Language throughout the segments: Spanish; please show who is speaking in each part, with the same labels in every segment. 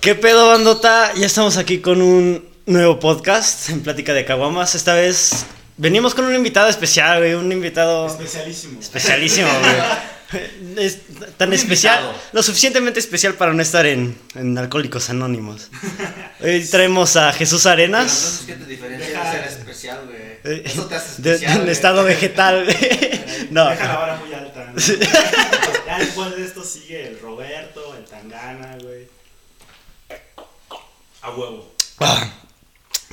Speaker 1: ¿Qué pedo, bandota? Ya estamos aquí con un nuevo podcast en Plática de Caguamas. Esta vez venimos con un invitado especial, güey. Un invitado
Speaker 2: Especialísimo.
Speaker 1: especialísimo, güey. Es tan
Speaker 3: Un
Speaker 1: especial,
Speaker 3: invitado.
Speaker 1: lo suficientemente especial para no estar en, en Alcohólicos Anónimos. Hoy traemos a Jesús
Speaker 3: Pero
Speaker 1: Arenas,
Speaker 3: entonces, ¿qué te diferencia
Speaker 2: Deja-
Speaker 3: de ser especial, güey?
Speaker 1: eh,
Speaker 3: Eso te hace
Speaker 1: de-
Speaker 3: especial.
Speaker 1: en
Speaker 3: güey.
Speaker 1: estado vegetal. güey. No,
Speaker 2: Deja la vara muy alta. ¿no? ya después de esto sigue el Roberto, el Tangana, güey. A huevo.
Speaker 1: Ah,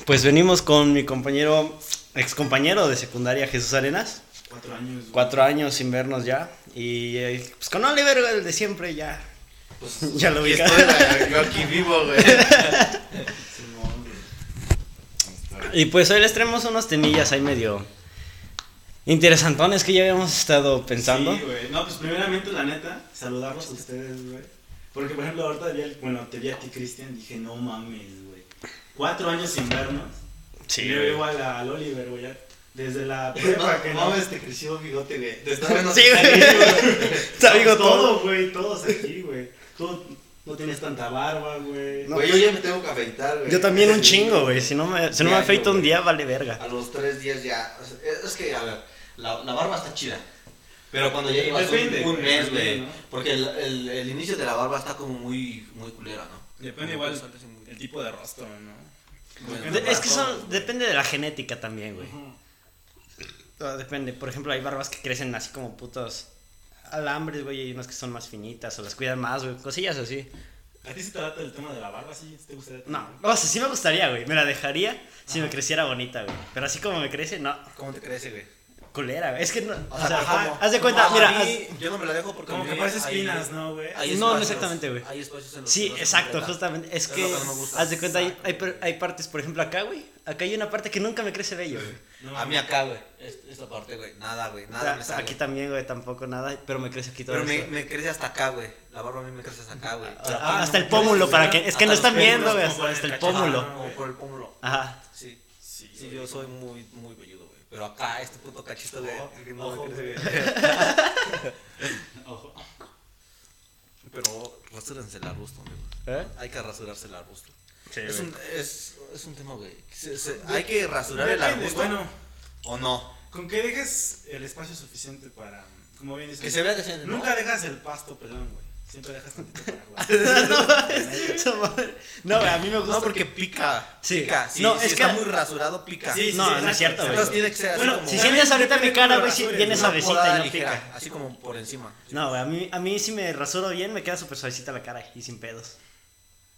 Speaker 1: pues venimos con mi compañero, ex compañero de secundaria, Jesús Arenas.
Speaker 2: Cuatro años. güey.
Speaker 1: Cuatro años sin vernos ya. Y eh, pues con Oliver, güey, el de siempre, ya.
Speaker 3: Pues,
Speaker 1: Ya lo
Speaker 3: aquí
Speaker 1: vi.
Speaker 3: estoy, güey, Yo aquí vivo, güey.
Speaker 2: Simón, güey.
Speaker 1: Y pues hoy les traemos unos temillas ahí medio interesantones que ya habíamos estado pensando.
Speaker 2: Sí, güey. No, pues primeramente, la neta, saludarlos a ustedes, güey. Porque, por ejemplo, ahorita vi, al- bueno, te vi a ti, Cristian, dije, no mames, güey. Cuatro años sin vernos.
Speaker 1: Sí,
Speaker 2: Yo
Speaker 1: güey.
Speaker 2: igual a- al Oliver, güey. ya Desde la prepa que no.
Speaker 3: mames, te creció bigote, güey. Te está viendo
Speaker 1: Sí,
Speaker 3: así,
Speaker 1: güey. Te digo todo.
Speaker 2: todo, güey. Todos aquí, güey. Tú no tienes tanta barba, güey.
Speaker 1: No.
Speaker 3: Güey, yo ya me tengo que afeitar, güey.
Speaker 1: Yo también un chingo, güey. Si no me, si no me
Speaker 3: Diario,
Speaker 1: afeito un
Speaker 3: güey.
Speaker 1: día, vale verga.
Speaker 3: A los tres días ya. o sea, eh, Es es que, a ver, la, la barba está chida. Pero cuando ya llevas un-
Speaker 2: Depende,
Speaker 3: un,
Speaker 2: güey,
Speaker 3: mes,
Speaker 2: depende,
Speaker 3: güey.
Speaker 2: ¿no?
Speaker 3: Porque el, el, el inicio de la barba está como muy, muy culera, ¿no?
Speaker 2: Depende
Speaker 3: Como
Speaker 2: igual
Speaker 3: que sales en-
Speaker 2: el tipo de rostro, ¿no?
Speaker 3: Bueno,
Speaker 2: Depende
Speaker 1: De- es que
Speaker 2: para
Speaker 1: son,
Speaker 2: todo.
Speaker 1: depende de la genética también, güey. Ah, Depende, por ejemplo, hay barbas que crecen así como putos alambres, güey, y unas que son más finitas o las cuidan más, güey, cosillas así.
Speaker 2: ¿A ti se te trata el tema de la barba, sí? ¿Te gusta?
Speaker 1: No, o sea, sí me gustaría, güey, me la dejaría si me creciera bonita, güey, pero así como me crece, no,
Speaker 3: ¿Cómo te crece, güey?
Speaker 1: culera, güey, es que no, o
Speaker 3: O sea,
Speaker 1: sea,
Speaker 3: pero
Speaker 2: ajá,
Speaker 3: ¿cómo?
Speaker 1: haz de cuenta,
Speaker 3: No,
Speaker 1: mira,
Speaker 3: a mí- yo no me la dejo porque
Speaker 2: Como
Speaker 3: a
Speaker 2: que
Speaker 3: mí
Speaker 2: parece
Speaker 3: hay-
Speaker 2: espinas, ¿no, güey?
Speaker 3: hay
Speaker 1: No, no
Speaker 3: espacios-
Speaker 1: exactamente, güey.
Speaker 3: Hay espacios en los que
Speaker 1: Sí,
Speaker 3: no se
Speaker 1: exacto,
Speaker 3: completa.
Speaker 1: justamente. Es
Speaker 3: Es
Speaker 1: que,
Speaker 3: lo que no me gusta.
Speaker 1: haz de cuenta, hay, hay, per- hay partes, por ejemplo, acá, güey. Acá hay una parte que nunca me crece bello, güey.
Speaker 2: No,
Speaker 3: A mí acá, güey. es- Esta parte, güey. Nada, güey.
Speaker 1: O sea,
Speaker 3: Nada me sale.
Speaker 1: aquí también, güey, tampoco nada, pero me crece aquí todo.
Speaker 3: Pero me,
Speaker 1: esto.
Speaker 3: me crece hasta acá, güey. La barba a mí me crece hasta acá, güey.
Speaker 1: Ah, hasta
Speaker 3: Acá
Speaker 1: el
Speaker 3: no me crece,
Speaker 1: pómulo,
Speaker 3: güey.
Speaker 1: para que. Es que no
Speaker 3: Hasta
Speaker 1: están
Speaker 3: los
Speaker 1: viendo,
Speaker 3: pómulos,
Speaker 1: güey,
Speaker 2: como
Speaker 1: hasta, hasta
Speaker 2: por
Speaker 1: el
Speaker 2: el
Speaker 1: pómulo.
Speaker 3: Ajá, como por el pómulo.
Speaker 1: Ajá.
Speaker 3: Sí.
Speaker 2: Sí,
Speaker 3: Sí,
Speaker 2: güey.
Speaker 3: yo soy muy, muy velludo, güey. Pero acá, este puto cachito, güey.
Speaker 2: Ojo,
Speaker 3: que no me
Speaker 2: ojo,
Speaker 3: crece,
Speaker 2: güey.
Speaker 3: güey.
Speaker 2: Ojo.
Speaker 3: Pero rasúrense el arbusto, amigos.
Speaker 1: ¿Eh?
Speaker 3: Hay que rasurarse el arbusto.
Speaker 1: Sí,
Speaker 3: es,
Speaker 1: güey.
Speaker 3: un, es, es un tema, güey. Se- se- Hay que rasurar el
Speaker 2: Depende,
Speaker 3: arbusto
Speaker 2: Bueno,
Speaker 3: o no.
Speaker 2: con que dejes el espacio suficiente para. Como bien dices.
Speaker 3: Que se vea que se
Speaker 2: Nunca dejas el pasto pelón, güey. Siempre dejas tantito para jugar.
Speaker 1: Esa madre. No, güey, a mí me gusta.
Speaker 3: No, porque pica.
Speaker 1: Sí.
Speaker 3: Pica. Sí,
Speaker 1: No,
Speaker 3: si
Speaker 1: es
Speaker 3: está
Speaker 1: que-
Speaker 3: muy rasurado, pica.
Speaker 2: Sí, sí,
Speaker 1: No,
Speaker 2: sí,
Speaker 1: no es
Speaker 2: exacto,
Speaker 1: cierto,
Speaker 2: exacto.
Speaker 3: Entonces tiene que ser así
Speaker 2: Bueno,
Speaker 3: como-
Speaker 1: Si
Speaker 2: también
Speaker 1: sientes ahorita mi
Speaker 2: depende
Speaker 1: cara,
Speaker 2: cómo
Speaker 1: güey,
Speaker 2: la
Speaker 1: sí,
Speaker 2: rasures,
Speaker 1: viene
Speaker 2: ¿no?
Speaker 3: Una
Speaker 1: suavecita
Speaker 3: podada
Speaker 1: y no
Speaker 3: ligera,
Speaker 1: pica.
Speaker 3: Así como por encima.
Speaker 1: No, güey, a mí, a mí sí me rasuro bien, me queda súper suavecita la cara y sin pedos.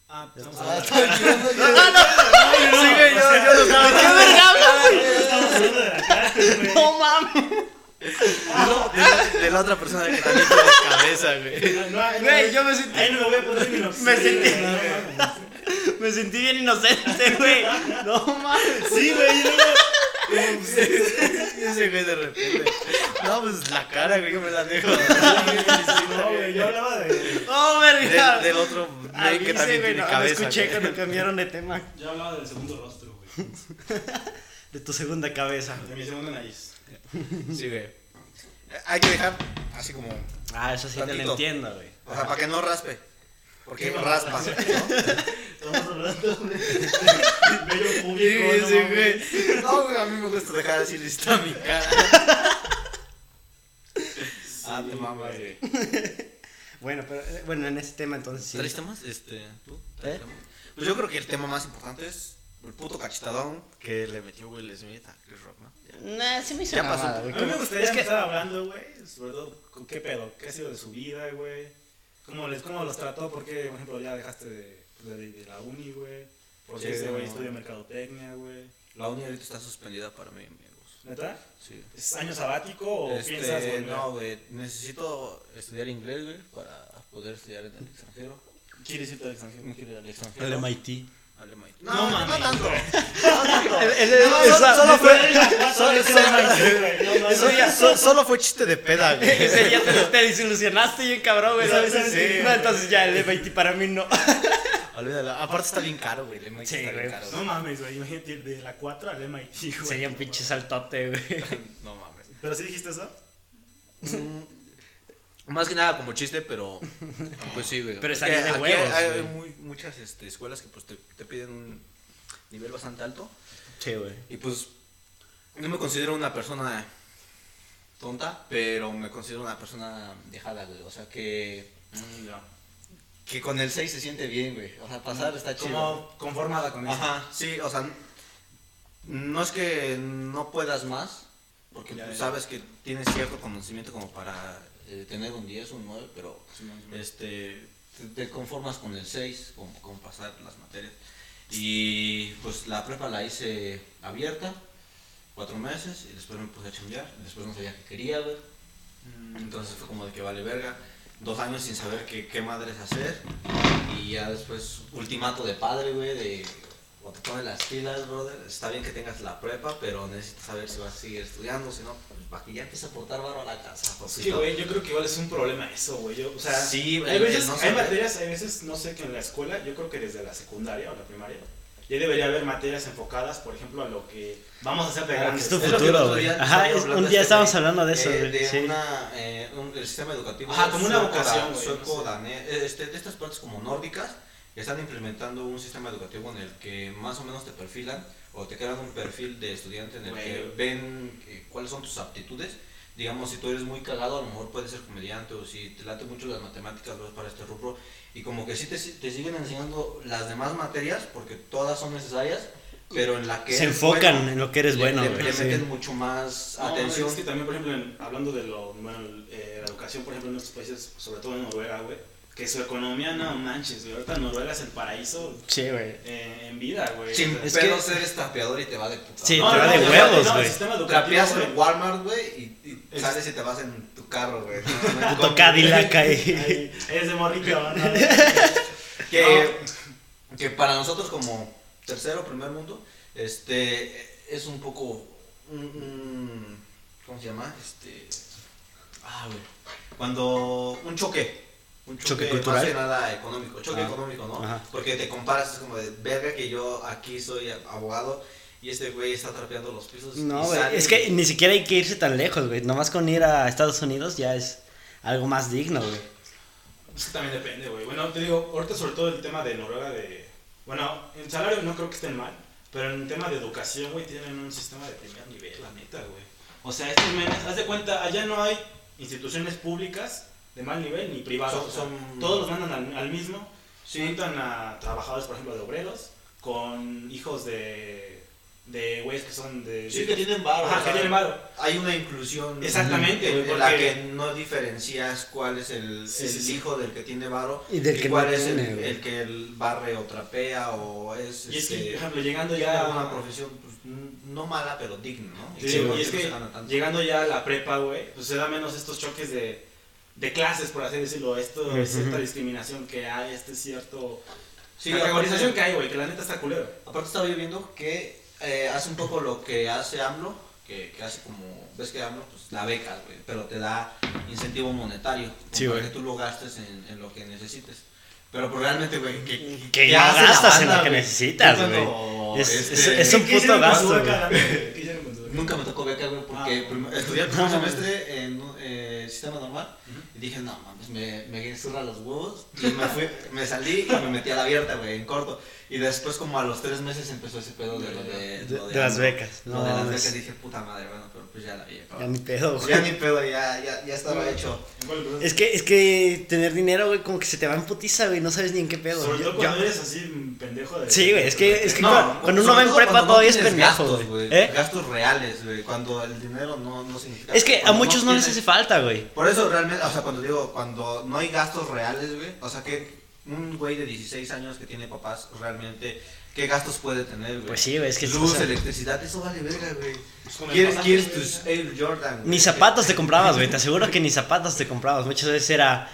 Speaker 2: Ah, pues vamos a
Speaker 3: Ah,
Speaker 2: hablar.
Speaker 3: está bien, no, yo-
Speaker 2: no,
Speaker 3: Sí, güey,
Speaker 2: o sea,
Speaker 3: yo- yo lo sabía.
Speaker 1: ¿Qué verga hablas, güey?
Speaker 2: Estamos hablando de la cara, güey.
Speaker 1: No mames.
Speaker 3: De la- De la otra persona que también tiene cabeza, güey.
Speaker 2: No, no, ahí no
Speaker 1: Güey,
Speaker 2: me-
Speaker 1: yo me sentí-
Speaker 2: Ahí no me voy a poner mi
Speaker 1: Me sentí-
Speaker 2: güey, no mames.
Speaker 1: Me sentí bien inocente, güey. No mames.
Speaker 2: Sí, güey, y luego-
Speaker 3: Y ese güey de repente. No, pues la cara, güey, que me la dejo.
Speaker 2: No, güey, yo hablaba de.
Speaker 1: No, verga.
Speaker 3: Del, del otro güey
Speaker 1: Ay,
Speaker 3: que también
Speaker 1: güey,
Speaker 3: tiene
Speaker 1: no, no
Speaker 3: cabeza.
Speaker 1: escuché
Speaker 3: güey.
Speaker 1: cuando cambiaron de tema.
Speaker 2: Yo hablaba del segundo rostro, güey.
Speaker 1: De tu segunda cabeza.
Speaker 2: De mi segunda nariz.
Speaker 3: Sí, güey. Hay que dejar así como.
Speaker 1: Ah, eso sí te lo
Speaker 3: Tantito.
Speaker 1: entiendo, güey.
Speaker 3: O sea, para que no raspe. Porque
Speaker 2: Sí,
Speaker 3: raspa. ¿no?
Speaker 2: Estamos hablando de. Bello público. no
Speaker 3: Sí,
Speaker 2: mames.
Speaker 3: güey. No, güey, a mí me gusta dejar así lista mi cara. ah, te mamas, güey.
Speaker 1: Bueno, pero eh, bueno, en ese tema entonces sí.
Speaker 3: ¿Tres temas? Este, ¿tú?
Speaker 1: ¿Eh?
Speaker 3: Pues yo creo que el tema más importante es el puto cachetadón que le metió Will Smith a Chris Rock, ¿no?
Speaker 1: Nah, sí me hizo
Speaker 3: Ya
Speaker 1: una
Speaker 3: pasó.
Speaker 1: mamada, güey.
Speaker 2: A mí me
Speaker 1: ¿Cómo?
Speaker 2: gustaría
Speaker 1: Es que-
Speaker 2: estar hablando, güey, sobre todo, con ¿qué pedo? ¿Qué ha sido de su vida, güey? ¿Cómo, les, ¿Cómo los trató? Porque, por ejemplo, ya dejaste de, de- de la uni, güey. Porque
Speaker 3: Sí,
Speaker 2: ese güey
Speaker 3: no.
Speaker 2: estudia mercadotecnia, güey.
Speaker 3: La uni ahorita está suspendida para mí, amigos.
Speaker 2: ¿Neta?
Speaker 3: Sí.
Speaker 2: ¿Es año sabático o
Speaker 3: Este,
Speaker 2: piensas, güey?
Speaker 3: no, güey, necesito estudiar inglés, güey, para poder estudiar en el extranjero.
Speaker 2: ¿Quieres irte al extranjero?
Speaker 3: No quiero ir al extranjero.
Speaker 1: MIT.
Speaker 3: Al MIT.
Speaker 2: No, no mames,
Speaker 3: tanto.
Speaker 2: güey.
Speaker 3: solo fue.
Speaker 2: Solo es el maíz, güey. No, no, no.
Speaker 3: Solo fue chiste de peda, güey.
Speaker 1: Ese ya te, te desilusionaste bien cabrón, güey.
Speaker 2: ¿Sabes?
Speaker 1: ¿sabes?
Speaker 2: Sí.
Speaker 1: No, entonces ya el MIT para mí no.
Speaker 3: Olvídalo. Aparte está bien caro, güey. pues, El MIT
Speaker 1: Sí,
Speaker 3: está
Speaker 1: güey.
Speaker 3: bien caro.
Speaker 2: No mames, güey. Imagínate ir de la 4 al MIT, güey.
Speaker 1: Sería un pinche saltote, güey.
Speaker 3: No mames.
Speaker 2: ¿Pero sí dijiste eso?
Speaker 3: Mm, Más que nada como chiste, pero. Pues sí, güey.
Speaker 1: Pero
Speaker 3: Es
Speaker 1: salió
Speaker 3: que
Speaker 1: de
Speaker 3: aquí
Speaker 1: huevos,
Speaker 3: Hay,
Speaker 1: güey.
Speaker 3: hay muy- muchas este, escuelas que pues te, te piden un nivel bastante alto.
Speaker 1: Sí, güey.
Speaker 3: Y pues. No me considero una persona tonta, pero me considero una persona dejada, güey. O sea que.
Speaker 2: Mm, ya. Mm,
Speaker 3: Que con el 6 se siente bien, güey. O sea, pasar está chido.
Speaker 2: Como conformada con eso.
Speaker 3: Ajá, sí, o sea, n- no es que no puedas más, porque
Speaker 2: Ya,
Speaker 3: tú
Speaker 2: ya.
Speaker 3: sabes que tienes cierto conocimiento como para eh, tener un 10, un 9, pero
Speaker 2: Simón, Simón.
Speaker 3: este te, te conformas con el 6, con, con pasar las materias. Y pues la prepa la hice abierta, cuatro meses, y después me puse a chambear, después no sabía qué quería, güey. Entonces fue como de que vale verga. Dos años sin saber qué, qué madres hacer. Y ya después, ultimato de padre, güey, de. O te pones las pilas, brother. Está bien que tengas la prepa, pero necesitas saber si vas a seguir estudiando, si no, pues, para que ya empieces a aportar barro a la casa,
Speaker 2: Es que,
Speaker 3: papito.
Speaker 2: güey, yo creo que igual es un problema eso, güey. Yo, O sea,
Speaker 3: Sí,
Speaker 2: hay
Speaker 3: el- el
Speaker 2: veces,
Speaker 3: no
Speaker 2: hay
Speaker 3: saber.
Speaker 2: materias, hay veces, no sé, que en la escuela, yo creo que desde la secundaria o la primaria, ya debería haber materias enfocadas, por ejemplo, a lo que vamos a hacer de
Speaker 1: Ah,
Speaker 2: grandes.
Speaker 1: es tu
Speaker 3: Es lo que el
Speaker 1: futuro,
Speaker 3: otro
Speaker 1: güey.
Speaker 3: día
Speaker 1: Ajá, es-
Speaker 3: hablando
Speaker 1: un día
Speaker 3: este
Speaker 1: estábamos
Speaker 3: güey,
Speaker 1: hablando de eso,
Speaker 3: eh,
Speaker 1: güey.
Speaker 3: de
Speaker 1: sí.
Speaker 3: una, eh, un- el sistema educativo.
Speaker 2: Ajá, como una
Speaker 3: sueco,
Speaker 2: vocación,
Speaker 3: da-
Speaker 2: güey,
Speaker 3: Sueco,
Speaker 2: no sé.
Speaker 3: danés, eh, este, de estas partes como nórdicas, están implementando un sistema educativo en el que más o menos te perfilan o te crean un perfil de estudiante en el
Speaker 2: Güey.
Speaker 3: que ven eh, cuáles son tus aptitudes. Digamos, si tú eres muy cagado, a lo mejor puedes ser comediante o si te late mucho las matemáticas, vas para este rubro. Y como que sí te, si- te siguen enseñando las demás materias, porque todas son necesarias, pero en la que...
Speaker 1: Se
Speaker 3: eres
Speaker 1: enfocan
Speaker 3: bueno,
Speaker 1: en lo que eres
Speaker 3: le-
Speaker 1: bueno,
Speaker 3: le-
Speaker 1: güey.
Speaker 3: Le
Speaker 1: sí.
Speaker 3: meten mucho más
Speaker 2: No,
Speaker 3: atención.
Speaker 2: Es que también, por ejemplo, en- hablando de lo, bueno, eh, la educación, por ejemplo, en nuestros países, sobre todo en Noruega, güey, que su economía, no manches, güey, ahorita Noruega es el paraíso
Speaker 1: Sí, güey.
Speaker 2: eh, en vida, güey.
Speaker 3: Sin
Speaker 2: O sea,
Speaker 1: es
Speaker 3: pedos
Speaker 1: que-
Speaker 3: eres tapeador y te va de puta.
Speaker 1: Sí,
Speaker 3: madre.
Speaker 1: te va de
Speaker 2: aparte,
Speaker 1: huevos,
Speaker 2: no,
Speaker 1: güey.
Speaker 2: El sistema
Speaker 3: Trapeas
Speaker 2: educativo, güey.
Speaker 3: en Walmart, güey, y, y
Speaker 2: Es-
Speaker 3: sales y te vas en tu carro, güey.
Speaker 1: Puto Cadillac ahí.
Speaker 2: Ahí, Es de morrito, ¿no?
Speaker 3: Que, que para nosotros como tercero, primer mundo, este, es un poco, un- un- ¿cómo se llama? Este, ah, güey, cuando, un choque, un choque,
Speaker 1: ¿Choque cultural?
Speaker 3: más que nada económico, choque
Speaker 1: Ah,
Speaker 3: económico, ¿no?
Speaker 1: ajá.
Speaker 3: Porque te comparas, es como de, verga que yo aquí soy abogado y este güey está trapeando los pisos.
Speaker 1: No,
Speaker 3: y
Speaker 1: güey.
Speaker 3: sale
Speaker 1: Es
Speaker 3: y-
Speaker 1: que ni siquiera hay que irse tan lejos, güey. Nomás con ir a Estados Unidos ya es algo más digno, güey.
Speaker 2: Es que también depende, güey. Bueno, te digo, ahorita sobre todo el tema de Noruega de... Bueno, en salario no creo que estén mal, pero en el tema de educación, güey, tienen un sistema de primer nivel, la neta, güey. O sea, estos menes, haz de cuenta, allá no hay instituciones públicas de mal nivel ni privadas.
Speaker 3: Son-
Speaker 2: o sea,
Speaker 3: son-
Speaker 2: Todos los mandan al, al mismo.
Speaker 3: Sí.
Speaker 2: Juntan a trabajadores, por ejemplo, de obreros, con hijos de... De güeyes que son de...
Speaker 3: Sí, que tienen varo.
Speaker 2: Ajá,
Speaker 3: o
Speaker 2: que
Speaker 3: sea,
Speaker 2: tienen varo.
Speaker 3: Hay una inclusión
Speaker 2: Exactamente,
Speaker 3: en,
Speaker 2: güey,
Speaker 3: en la
Speaker 2: porque-
Speaker 3: que no diferencias cuál es el,
Speaker 2: Sí,
Speaker 3: el
Speaker 2: sí, sí.
Speaker 3: hijo del que tiene varo
Speaker 1: Y del que
Speaker 3: cuál
Speaker 1: no
Speaker 3: es
Speaker 1: tiene,
Speaker 3: el,
Speaker 1: güey.
Speaker 3: el que el barre o trapea o es,
Speaker 2: Y es que,
Speaker 3: este,
Speaker 2: por ejemplo, llegando
Speaker 3: tiene
Speaker 2: ya a
Speaker 3: alguna profesión pues, n- no mala pero digna, ¿no?
Speaker 2: Sí,
Speaker 3: Y no
Speaker 2: y es
Speaker 3: se
Speaker 2: que
Speaker 3: gana tanto.
Speaker 2: llegando ya a la prepa, güey, pues se da menos estos choques de, de clases, por así decirlo, esto es cierta
Speaker 1: Ujú.
Speaker 2: discriminación que hay, este cierto
Speaker 3: Sí,
Speaker 2: categorización
Speaker 3: aparte-
Speaker 2: que hay, güey, que la neta está culero.
Speaker 3: Aparte estaba yo viendo que eh, hace un poco lo que hace AMLO, que, que hace como, ves que AMLO, pues la becas, güey, pero te da incentivo monetario como
Speaker 1: Sí,
Speaker 3: para
Speaker 1: güey.
Speaker 3: que tú lo gastes en, en lo que necesites. Pero pues realmente, güey, que, que,
Speaker 1: Que ya gastas en lo que necesitas, güey. Es-
Speaker 3: este,
Speaker 1: es un puto gasto,
Speaker 3: Nunca me tocó beca, güey, porque
Speaker 2: Ah.
Speaker 3: prim- estudié el primer semestre en un, eh, sistema normal y dije, no mames, me, me zurra los huevos. Y me fui, me salí y me metí a la abierta, güey, en corto. Y después, como a los tres meses, empezó ese pedo de lo de,
Speaker 1: De-
Speaker 3: lo
Speaker 1: de las
Speaker 3: AMLO.
Speaker 1: becas.
Speaker 3: Lo
Speaker 1: No
Speaker 3: de las
Speaker 1: mames.
Speaker 3: becas, dije, puta madre, bueno, pero pues ya la vi.
Speaker 1: Ya Mm. ni pedo, güey.
Speaker 3: Ya ni pedo, ya, ya, ya estaba hecho.
Speaker 1: Es que, es que tener dinero, güey, como que se te va en putiza, güey. No sabes ni en qué pedo.
Speaker 2: Sobre
Speaker 1: Yo-
Speaker 2: todo
Speaker 1: yo-
Speaker 2: cuando eres así, mm, pendejo de...
Speaker 1: Sí, güey, es que- es que-
Speaker 3: No,
Speaker 1: cuando- cuando uno
Speaker 3: sobre
Speaker 1: va en
Speaker 3: todo
Speaker 1: prepa
Speaker 3: cuando no
Speaker 1: todo es
Speaker 3: tienes
Speaker 1: pendejo,
Speaker 3: gastos,
Speaker 1: güey. ¿Eh?
Speaker 3: Gastos reales, güey. Cuando el dinero no, no significa.
Speaker 1: Es que a
Speaker 3: cuando
Speaker 1: muchos no les
Speaker 3: tienes-
Speaker 1: hace falta, güey.
Speaker 3: Por eso realmente, o sea, cuando digo, cuando no hay gastos reales, güey, o sea, que un güey de 16 años que tiene papás, realmente, ¿qué gastos puede tener, güey?
Speaker 1: Pues sí, güey, es que es-
Speaker 3: Luz,
Speaker 1: o sea-
Speaker 3: electricidad, eso vale verga, güey.
Speaker 2: Pues con el
Speaker 3: ¿Quieres,
Speaker 2: pasaje,
Speaker 3: quieres
Speaker 2: güey.
Speaker 3: tus Air Jordan, güey?
Speaker 1: Ni zapatos te comprabas, güey. Te aseguro que ni zapatos te comprabas. Muchas veces era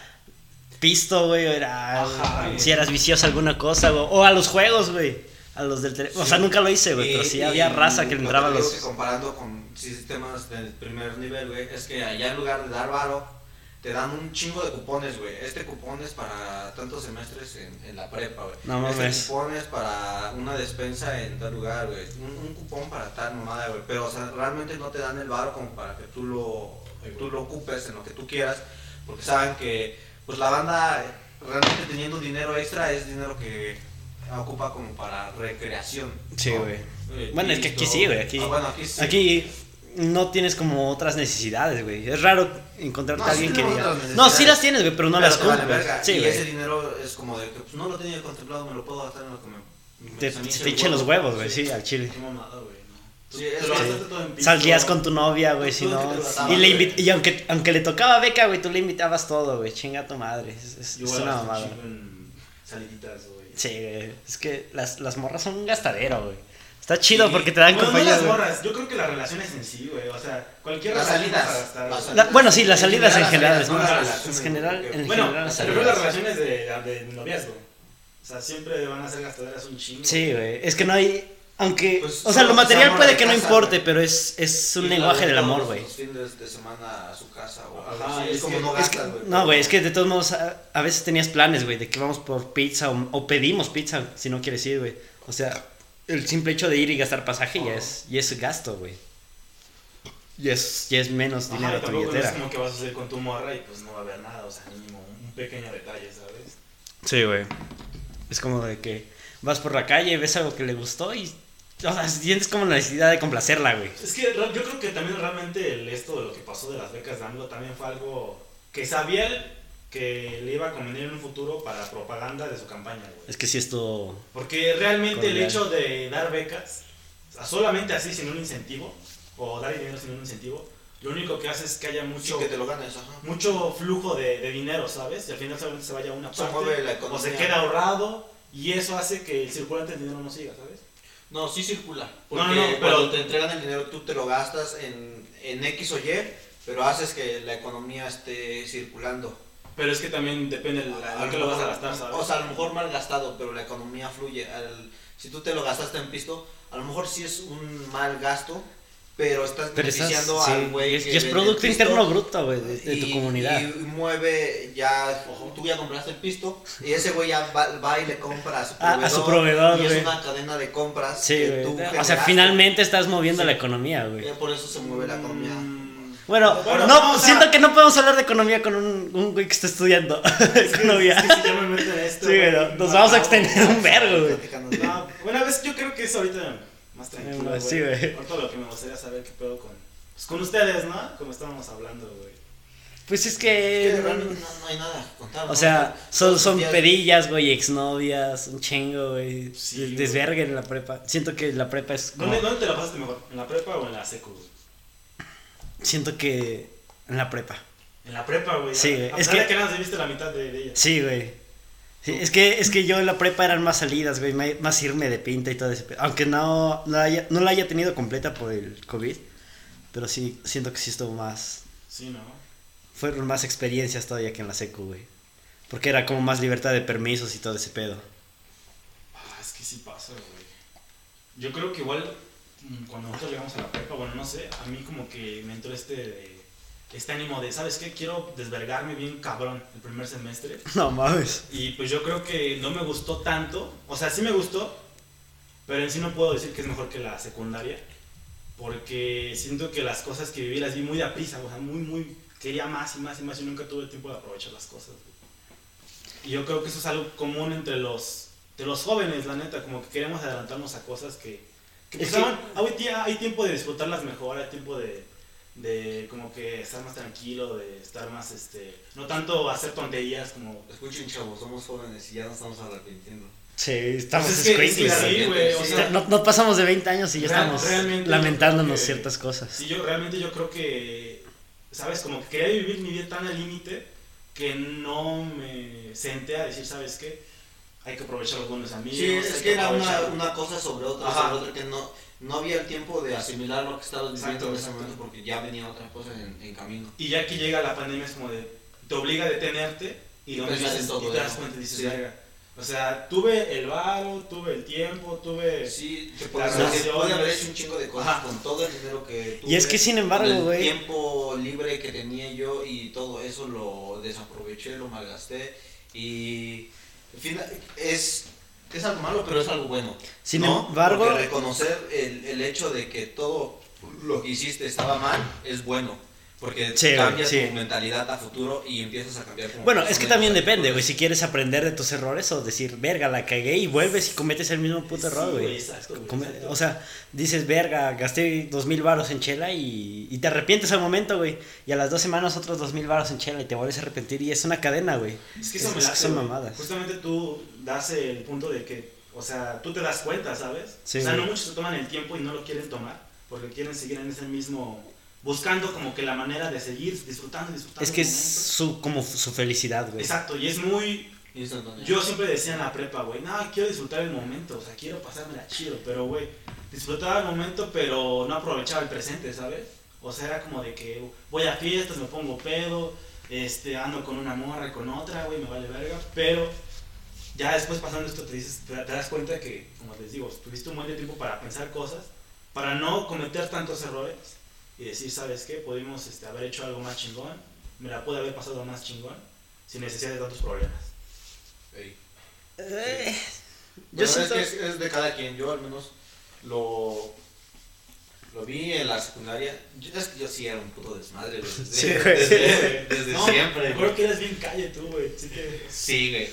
Speaker 1: pisto, güey. Era.
Speaker 2: Ajá, güey.
Speaker 1: si eras vicioso a alguna cosa, güey. O a los juegos, güey. A los del teléfono. O sea, nunca lo hice, güey. Pero
Speaker 3: Y-
Speaker 1: sí
Speaker 3: Eh, y
Speaker 1: había raza que le
Speaker 3: lo
Speaker 1: entraba a
Speaker 3: te digo
Speaker 1: los.
Speaker 3: que comparando con sistemas del primer nivel, güey, es que allá en lugar de dar varo, te dan un chingo de cupones, güey. Este cupón es para tantos semestres en, en la prepa, güey.
Speaker 1: No mames.
Speaker 3: Este cupón es para una despensa en tal lugar, güey. Un, un cupón para tal mamada, güey. Pero, o sea, realmente no te dan el varo como para que tú lo, tú lo ocupes en lo que tú quieras. porque saben que pues la banda eh, realmente teniendo dinero extra es dinero que ocupa como para recreación.
Speaker 1: Sí,
Speaker 3: ¿no?
Speaker 1: güey.
Speaker 3: Eh,
Speaker 1: Bueno, es que aquí sí, güey. Aquí,
Speaker 3: Ah, bueno, aquí sí.
Speaker 1: aquí no tienes como otras necesidades, güey. Es raro encontrarte
Speaker 3: No,
Speaker 1: a
Speaker 3: sí
Speaker 1: alguien que
Speaker 3: tenemos
Speaker 1: diga.
Speaker 3: otras
Speaker 1: No, sí
Speaker 3: necesidades,
Speaker 1: las tienes, güey, pero no
Speaker 3: Pero
Speaker 1: las
Speaker 3: te vale
Speaker 1: cumples.
Speaker 3: verga,
Speaker 1: sí,
Speaker 3: y ese
Speaker 1: güey.
Speaker 3: dinero es como de que pues, no lo tenía contemplado, me lo puedo gastar en lo que me. me
Speaker 1: Te
Speaker 3: se me hizo
Speaker 1: te
Speaker 3: el
Speaker 1: hinchen los huevos, güey, sí, al chile.
Speaker 2: Qué mamada, güey, ¿no?
Speaker 3: Sí, es
Speaker 2: Te lo
Speaker 3: que-
Speaker 2: gastaste todo en pizza.
Speaker 1: Salías con tu novia, güey,
Speaker 3: Tú
Speaker 1: si
Speaker 3: que
Speaker 1: no.
Speaker 3: te
Speaker 1: Y,
Speaker 3: tratabas,
Speaker 1: le
Speaker 3: güey.
Speaker 1: invi- y aunque, aunque le tocaba beca, güey, tú le invitabas todo, güey. Chinga tu madre. Es, es-
Speaker 2: Yo
Speaker 1: es
Speaker 2: igual
Speaker 1: una
Speaker 2: gasto un
Speaker 1: mamada.
Speaker 2: chingo en saliditas, güey.
Speaker 1: Sí, güey. Es que las, las morras son un gastadero, güey. Está chido porque te dan
Speaker 2: Bueno, no
Speaker 1: compañía,
Speaker 2: las
Speaker 1: güey.
Speaker 2: morras, yo creo que las relaciones en sí, güey. O sea, cualquier
Speaker 3: Las
Speaker 2: relación
Speaker 3: salidas,
Speaker 2: vas a gastar,
Speaker 3: las
Speaker 2: güey.
Speaker 1: La- bueno, sí, las
Speaker 3: En
Speaker 1: salidas en
Speaker 3: general,
Speaker 1: general.
Speaker 3: las
Speaker 1: es más-
Speaker 3: salidas,
Speaker 1: en
Speaker 3: las
Speaker 1: general,
Speaker 3: salidas.
Speaker 1: en
Speaker 2: Bueno,
Speaker 1: general las
Speaker 2: pero las
Speaker 1: salidas.
Speaker 2: relaciones de, de noviazgo. O sea, siempre van a ser gastaderas un chingo.
Speaker 1: Sí, güey. Es que no hay. Aunque.
Speaker 3: Pues,
Speaker 1: o sea, lo
Speaker 3: solo
Speaker 1: material
Speaker 3: amor
Speaker 1: puede
Speaker 3: de
Speaker 1: que no
Speaker 3: casa,
Speaker 1: importe,
Speaker 3: güey.
Speaker 1: pero es, es un
Speaker 3: Y
Speaker 1: lenguaje
Speaker 3: luego
Speaker 1: del amor,
Speaker 3: todos
Speaker 1: güey.
Speaker 3: Los fines de semana a su casa, o algo
Speaker 2: Ajá,
Speaker 3: así,
Speaker 2: es
Speaker 3: Es como
Speaker 2: que-
Speaker 3: no
Speaker 2: es
Speaker 1: que-
Speaker 3: gastas, güey.
Speaker 1: no, güey, es que de todos modos a, a veces tenías planes, güey, de que vamos por pizza o, o pedimos pizza si no quieres ir, güey. O sea, el simple hecho de ir y gastar pasaje ya es y es gasto, güey. Y es, y es menos
Speaker 2: Ajá,
Speaker 1: dinero
Speaker 2: y
Speaker 1: a tu
Speaker 2: tampoco no es
Speaker 1: billetera.
Speaker 2: como que vas a salir con tu morra y pues no va a haber nada, o sea, mínimo un pequeño detalle, ¿sabes?
Speaker 1: Sí, güey. Es como de que vas por la calle, ves algo que le gustó y o sea, sientes como la necesidad de complacerla, güey.
Speaker 2: Es que ra- yo creo que también realmente el, esto de lo que pasó de las becas de AMLO también fue algo que sabía él que le iba a convenir en un futuro para propaganda de su campaña, güey.
Speaker 1: Es que si esto
Speaker 2: Porque realmente el
Speaker 1: Cordial.
Speaker 2: hecho de dar becas, o sea, solamente así sin un incentivo, o dar dinero sin un incentivo, lo único que hace es que haya
Speaker 3: Sí,
Speaker 2: mucho,
Speaker 3: que te lo ganes, ajá.
Speaker 2: mucho flujo de, de dinero, ¿sabes? Y al final solamente se vaya a una
Speaker 3: Se
Speaker 2: parte,
Speaker 3: mueve la
Speaker 2: o se
Speaker 3: economía.
Speaker 2: queda ahorrado, y eso hace que el circulante del dinero no siga, ¿sabes?
Speaker 3: No, sí circula.
Speaker 2: No,
Speaker 3: Porque
Speaker 2: no, no, pero-
Speaker 3: cuando te entregan el dinero tú te lo gastas en, en X o Y, pero haces que la economía esté circulando.
Speaker 2: Pero es que también depende de la-
Speaker 3: A
Speaker 2: en qué lo vas a gastar, ¿sabes?
Speaker 3: O sea, a lo mejor mal gastado, pero la economía fluye. Al- si tú te lo gastaste en pisto, a lo mejor sí es un mal gasto, pero estás
Speaker 1: Pero estás-
Speaker 3: beneficiando
Speaker 1: sí,
Speaker 3: al güey
Speaker 1: y es,
Speaker 3: que
Speaker 1: y es
Speaker 3: vende el
Speaker 1: producto
Speaker 3: pisto.
Speaker 1: interno bruto, güey, de, de tu
Speaker 3: Y-
Speaker 1: comunidad.
Speaker 3: Y mueve ya, tú ya compraste el pisto y ese güey ya va, va y le compra a su
Speaker 1: A-
Speaker 3: proveedor.
Speaker 1: a su proveedor,
Speaker 3: Y
Speaker 1: güey.
Speaker 3: es una cadena de compras
Speaker 1: Sí,
Speaker 3: que
Speaker 1: güey.
Speaker 3: tú
Speaker 1: O sea,
Speaker 3: generaste.
Speaker 1: finalmente estás moviendo
Speaker 3: Sí.
Speaker 1: la economía, güey.
Speaker 3: Eh, Por eso se mueve la economía.
Speaker 2: Mm,
Speaker 1: Bueno,
Speaker 2: Bueno,
Speaker 1: no,
Speaker 2: o sea-
Speaker 1: siento que no podemos hablar de economía con un, un güey que está estudiando
Speaker 2: es que,
Speaker 1: economía.
Speaker 2: es que si yo me meto en esto,
Speaker 1: Sí,
Speaker 2: güey,
Speaker 1: pero
Speaker 2: me
Speaker 1: nos vamos a
Speaker 2: acabo.
Speaker 1: extender un vergo, güey.
Speaker 3: Platicando.
Speaker 2: No, bueno, ves, yo creo que es ahorita más tranquilo, güey.
Speaker 1: Sí, güey.
Speaker 2: Ahorita lo que me gustaría saber qué pedo con, pues, con ustedes, ¿no? Como estábamos hablando, güey.
Speaker 1: Pues es
Speaker 3: Es
Speaker 1: que.
Speaker 3: que realmente no, no hay nada que contar.
Speaker 1: O
Speaker 3: ¿no?
Speaker 1: sea, son, son
Speaker 3: Ya-
Speaker 1: pedillas, güey, exnovias, un chingo, güey.
Speaker 2: Sí,
Speaker 1: des-
Speaker 2: güey.
Speaker 1: Desvergue en la prepa. Siento que la prepa es. como-
Speaker 2: ¿Dónde, ¿Dónde te la pasaste mejor? ¿En la prepa o en la secu? güey?
Speaker 1: Siento que. En la prepa.
Speaker 2: En la prepa, güey.
Speaker 1: Sí,
Speaker 2: a-
Speaker 1: güey,
Speaker 2: A
Speaker 1: es
Speaker 2: pesar
Speaker 1: que-
Speaker 2: de que nada más viviste la mitad de, de ella.
Speaker 1: Sí, güey. Sí, es, que, es que yo en la prepa eran más salidas, güey, ma- más irme de pinta y todo ese pe- Aunque no, no, haya- no la haya tenido completa por el COVID, pero sí, siento que sí estuvo más...
Speaker 2: Sí, ¿no?
Speaker 1: Fueron más experiencias todavía que en la secu, güey. Porque era como más libertad de permisos y todo ese pedo.
Speaker 2: Ah, es que sí pasa, güey. Yo creo que igual mm, cuando nosotros llegamos a la prepa, bueno, no sé, a mí como que me entró este de- este ánimo de, ¿sabes qué? Quiero desvergarme bien cabrón el primer semestre.
Speaker 1: No mames.
Speaker 2: Y pues yo creo que no me gustó tanto. O sea, sí me gustó, pero en sí no puedo decir que es mejor que la secundaria. Porque siento que las cosas que viví las vi muy a prisa, o sea, muy, muy. Quería más y más y más y nunca tuve tiempo de aprovechar las cosas. güey. Y yo creo que eso es algo común entre los, de los jóvenes, la neta, como que queremos adelantarnos a cosas que. que, pues,
Speaker 1: Es que-
Speaker 2: aún- hoy día hay tiempo de disfrutarlas mejor, hay tiempo de, de como que estar más tranquilo, de estar más, este, no tanto hacer tonterías como
Speaker 3: Escuchen, chavos, somos jóvenes y ya nos estamos arrepintiendo.
Speaker 1: Sí, estamos
Speaker 2: Pues es que- es que
Speaker 1: escuincles, güey.
Speaker 2: sí, güey, o
Speaker 3: Sí.
Speaker 2: sea,
Speaker 1: no, no pasamos de 20 años y ya
Speaker 2: Real-
Speaker 1: estamos
Speaker 2: realmente yo creo
Speaker 1: lamentándonos
Speaker 2: que-
Speaker 1: ciertas cosas.
Speaker 2: sí, yo realmente yo creo que, ¿sabes? Como que quería vivir mi vida tan al límite que no me senté a decir, ¿sabes qué? Hay que aprovechar los buenos amigos.
Speaker 3: Sí,
Speaker 2: hay
Speaker 3: es que era una,
Speaker 2: aprovechar-
Speaker 3: una cosa sobre otra,
Speaker 2: Ajá.
Speaker 3: sobre otra que no, no había el tiempo de asimilar lo que estabas
Speaker 2: Exacto,
Speaker 3: viviendo en ese
Speaker 2: exacto.
Speaker 3: momento porque ya venía otra cosa en, en camino.
Speaker 2: Y ya que llega la pandemia es como de, te obliga a detenerte y no
Speaker 3: Pensar en
Speaker 2: dices,
Speaker 3: todo
Speaker 2: y te das
Speaker 3: eso.
Speaker 2: cuenta y dices,
Speaker 3: Sí.
Speaker 2: "Verga". O sea, tuve el varo, tuve el tiempo, tuve...
Speaker 1: Pues
Speaker 3: Sí, te
Speaker 2: Las
Speaker 3: puedes decir,
Speaker 2: relaciones.
Speaker 3: puede haber hecho un chingo de cosas
Speaker 2: Ajá.
Speaker 3: con todo el dinero que tuve.
Speaker 1: Y es que sin embargo,
Speaker 3: con
Speaker 1: güey.
Speaker 3: El tiempo libre que tenía yo y todo eso lo desaproveché, lo malgasté y al final es es algo malo, pero es algo bueno.
Speaker 1: Sin
Speaker 3: ¿no?
Speaker 1: embargo-
Speaker 3: Porque reconocer el, el hecho de que todo lo que hiciste estaba mal es bueno. Porque
Speaker 1: Sí, güey,
Speaker 3: cambias
Speaker 1: sí.
Speaker 3: tu mentalidad a futuro y empiezas a cambiar como
Speaker 1: Bueno, es que
Speaker 3: persona y
Speaker 1: también
Speaker 3: tus
Speaker 1: depende, güey.
Speaker 3: actitudes.
Speaker 1: Si quieres aprender de tus errores o decir, verga, la cagué y vuelves y cometes el mismo puto
Speaker 2: Sí,
Speaker 1: error,
Speaker 2: güey,
Speaker 1: güey.
Speaker 2: exacto, güey,
Speaker 1: Come-
Speaker 2: exacto.
Speaker 1: O sea, dices, verga, gasté dos mil varos en chela y, y te arrepientes al momento, güey. Y a las dos semanas otros dos mil varos en chela y te vuelves a arrepentir y es una cadena, güey.
Speaker 2: Es que eso me
Speaker 1: es
Speaker 2: late,
Speaker 1: que son
Speaker 2: güey.
Speaker 1: mamadas.
Speaker 2: Justamente tú das el punto de que, o sea, tú te das cuenta, ¿sabes?
Speaker 1: Sí,
Speaker 2: o sea, no
Speaker 1: güey.
Speaker 2: muchos se toman el tiempo y no lo quieren tomar porque quieren seguir en ese mismo. buscando como que la manera de seguir disfrutando, disfrutando.
Speaker 1: Es que
Speaker 2: el
Speaker 1: es
Speaker 2: momento.
Speaker 1: su, como su felicidad, güey.
Speaker 2: Exacto, y es muy.
Speaker 3: Instantáneo.
Speaker 2: Yo siempre decía en la prepa, güey, no, quiero disfrutar el momento, o sea, quiero pasármela chido, pero, güey, disfrutaba el momento, pero no aprovechaba el presente, ¿sabes? O sea, era como de que voy a fiestas, me pongo pedo, este, ando con una morra, y con otra, güey, me vale verga, pero ya después pasando esto te, dices, te, te das cuenta que, como les digo, tuviste un buen de tiempo para pensar cosas, para no cometer tantos errores y decir, ¿sabes qué? Pudimos este, haber hecho algo más chingón, me la pude haber pasado más chingón, sin necesidad de tantos problemas.
Speaker 3: Ey.
Speaker 1: Eh,
Speaker 3: Bueno,
Speaker 1: yo siento...
Speaker 3: es, que es- es de cada quien. Yo al menos lo, lo vi en la secundaria. Yo, es que yo sí era un puto desmadre güey, desde,
Speaker 1: Sí, güey.
Speaker 3: desde- desde
Speaker 2: No,
Speaker 3: siempre. güey.
Speaker 2: Creo que eres bien calle tú, güey. Sí que-
Speaker 3: Sí, güey.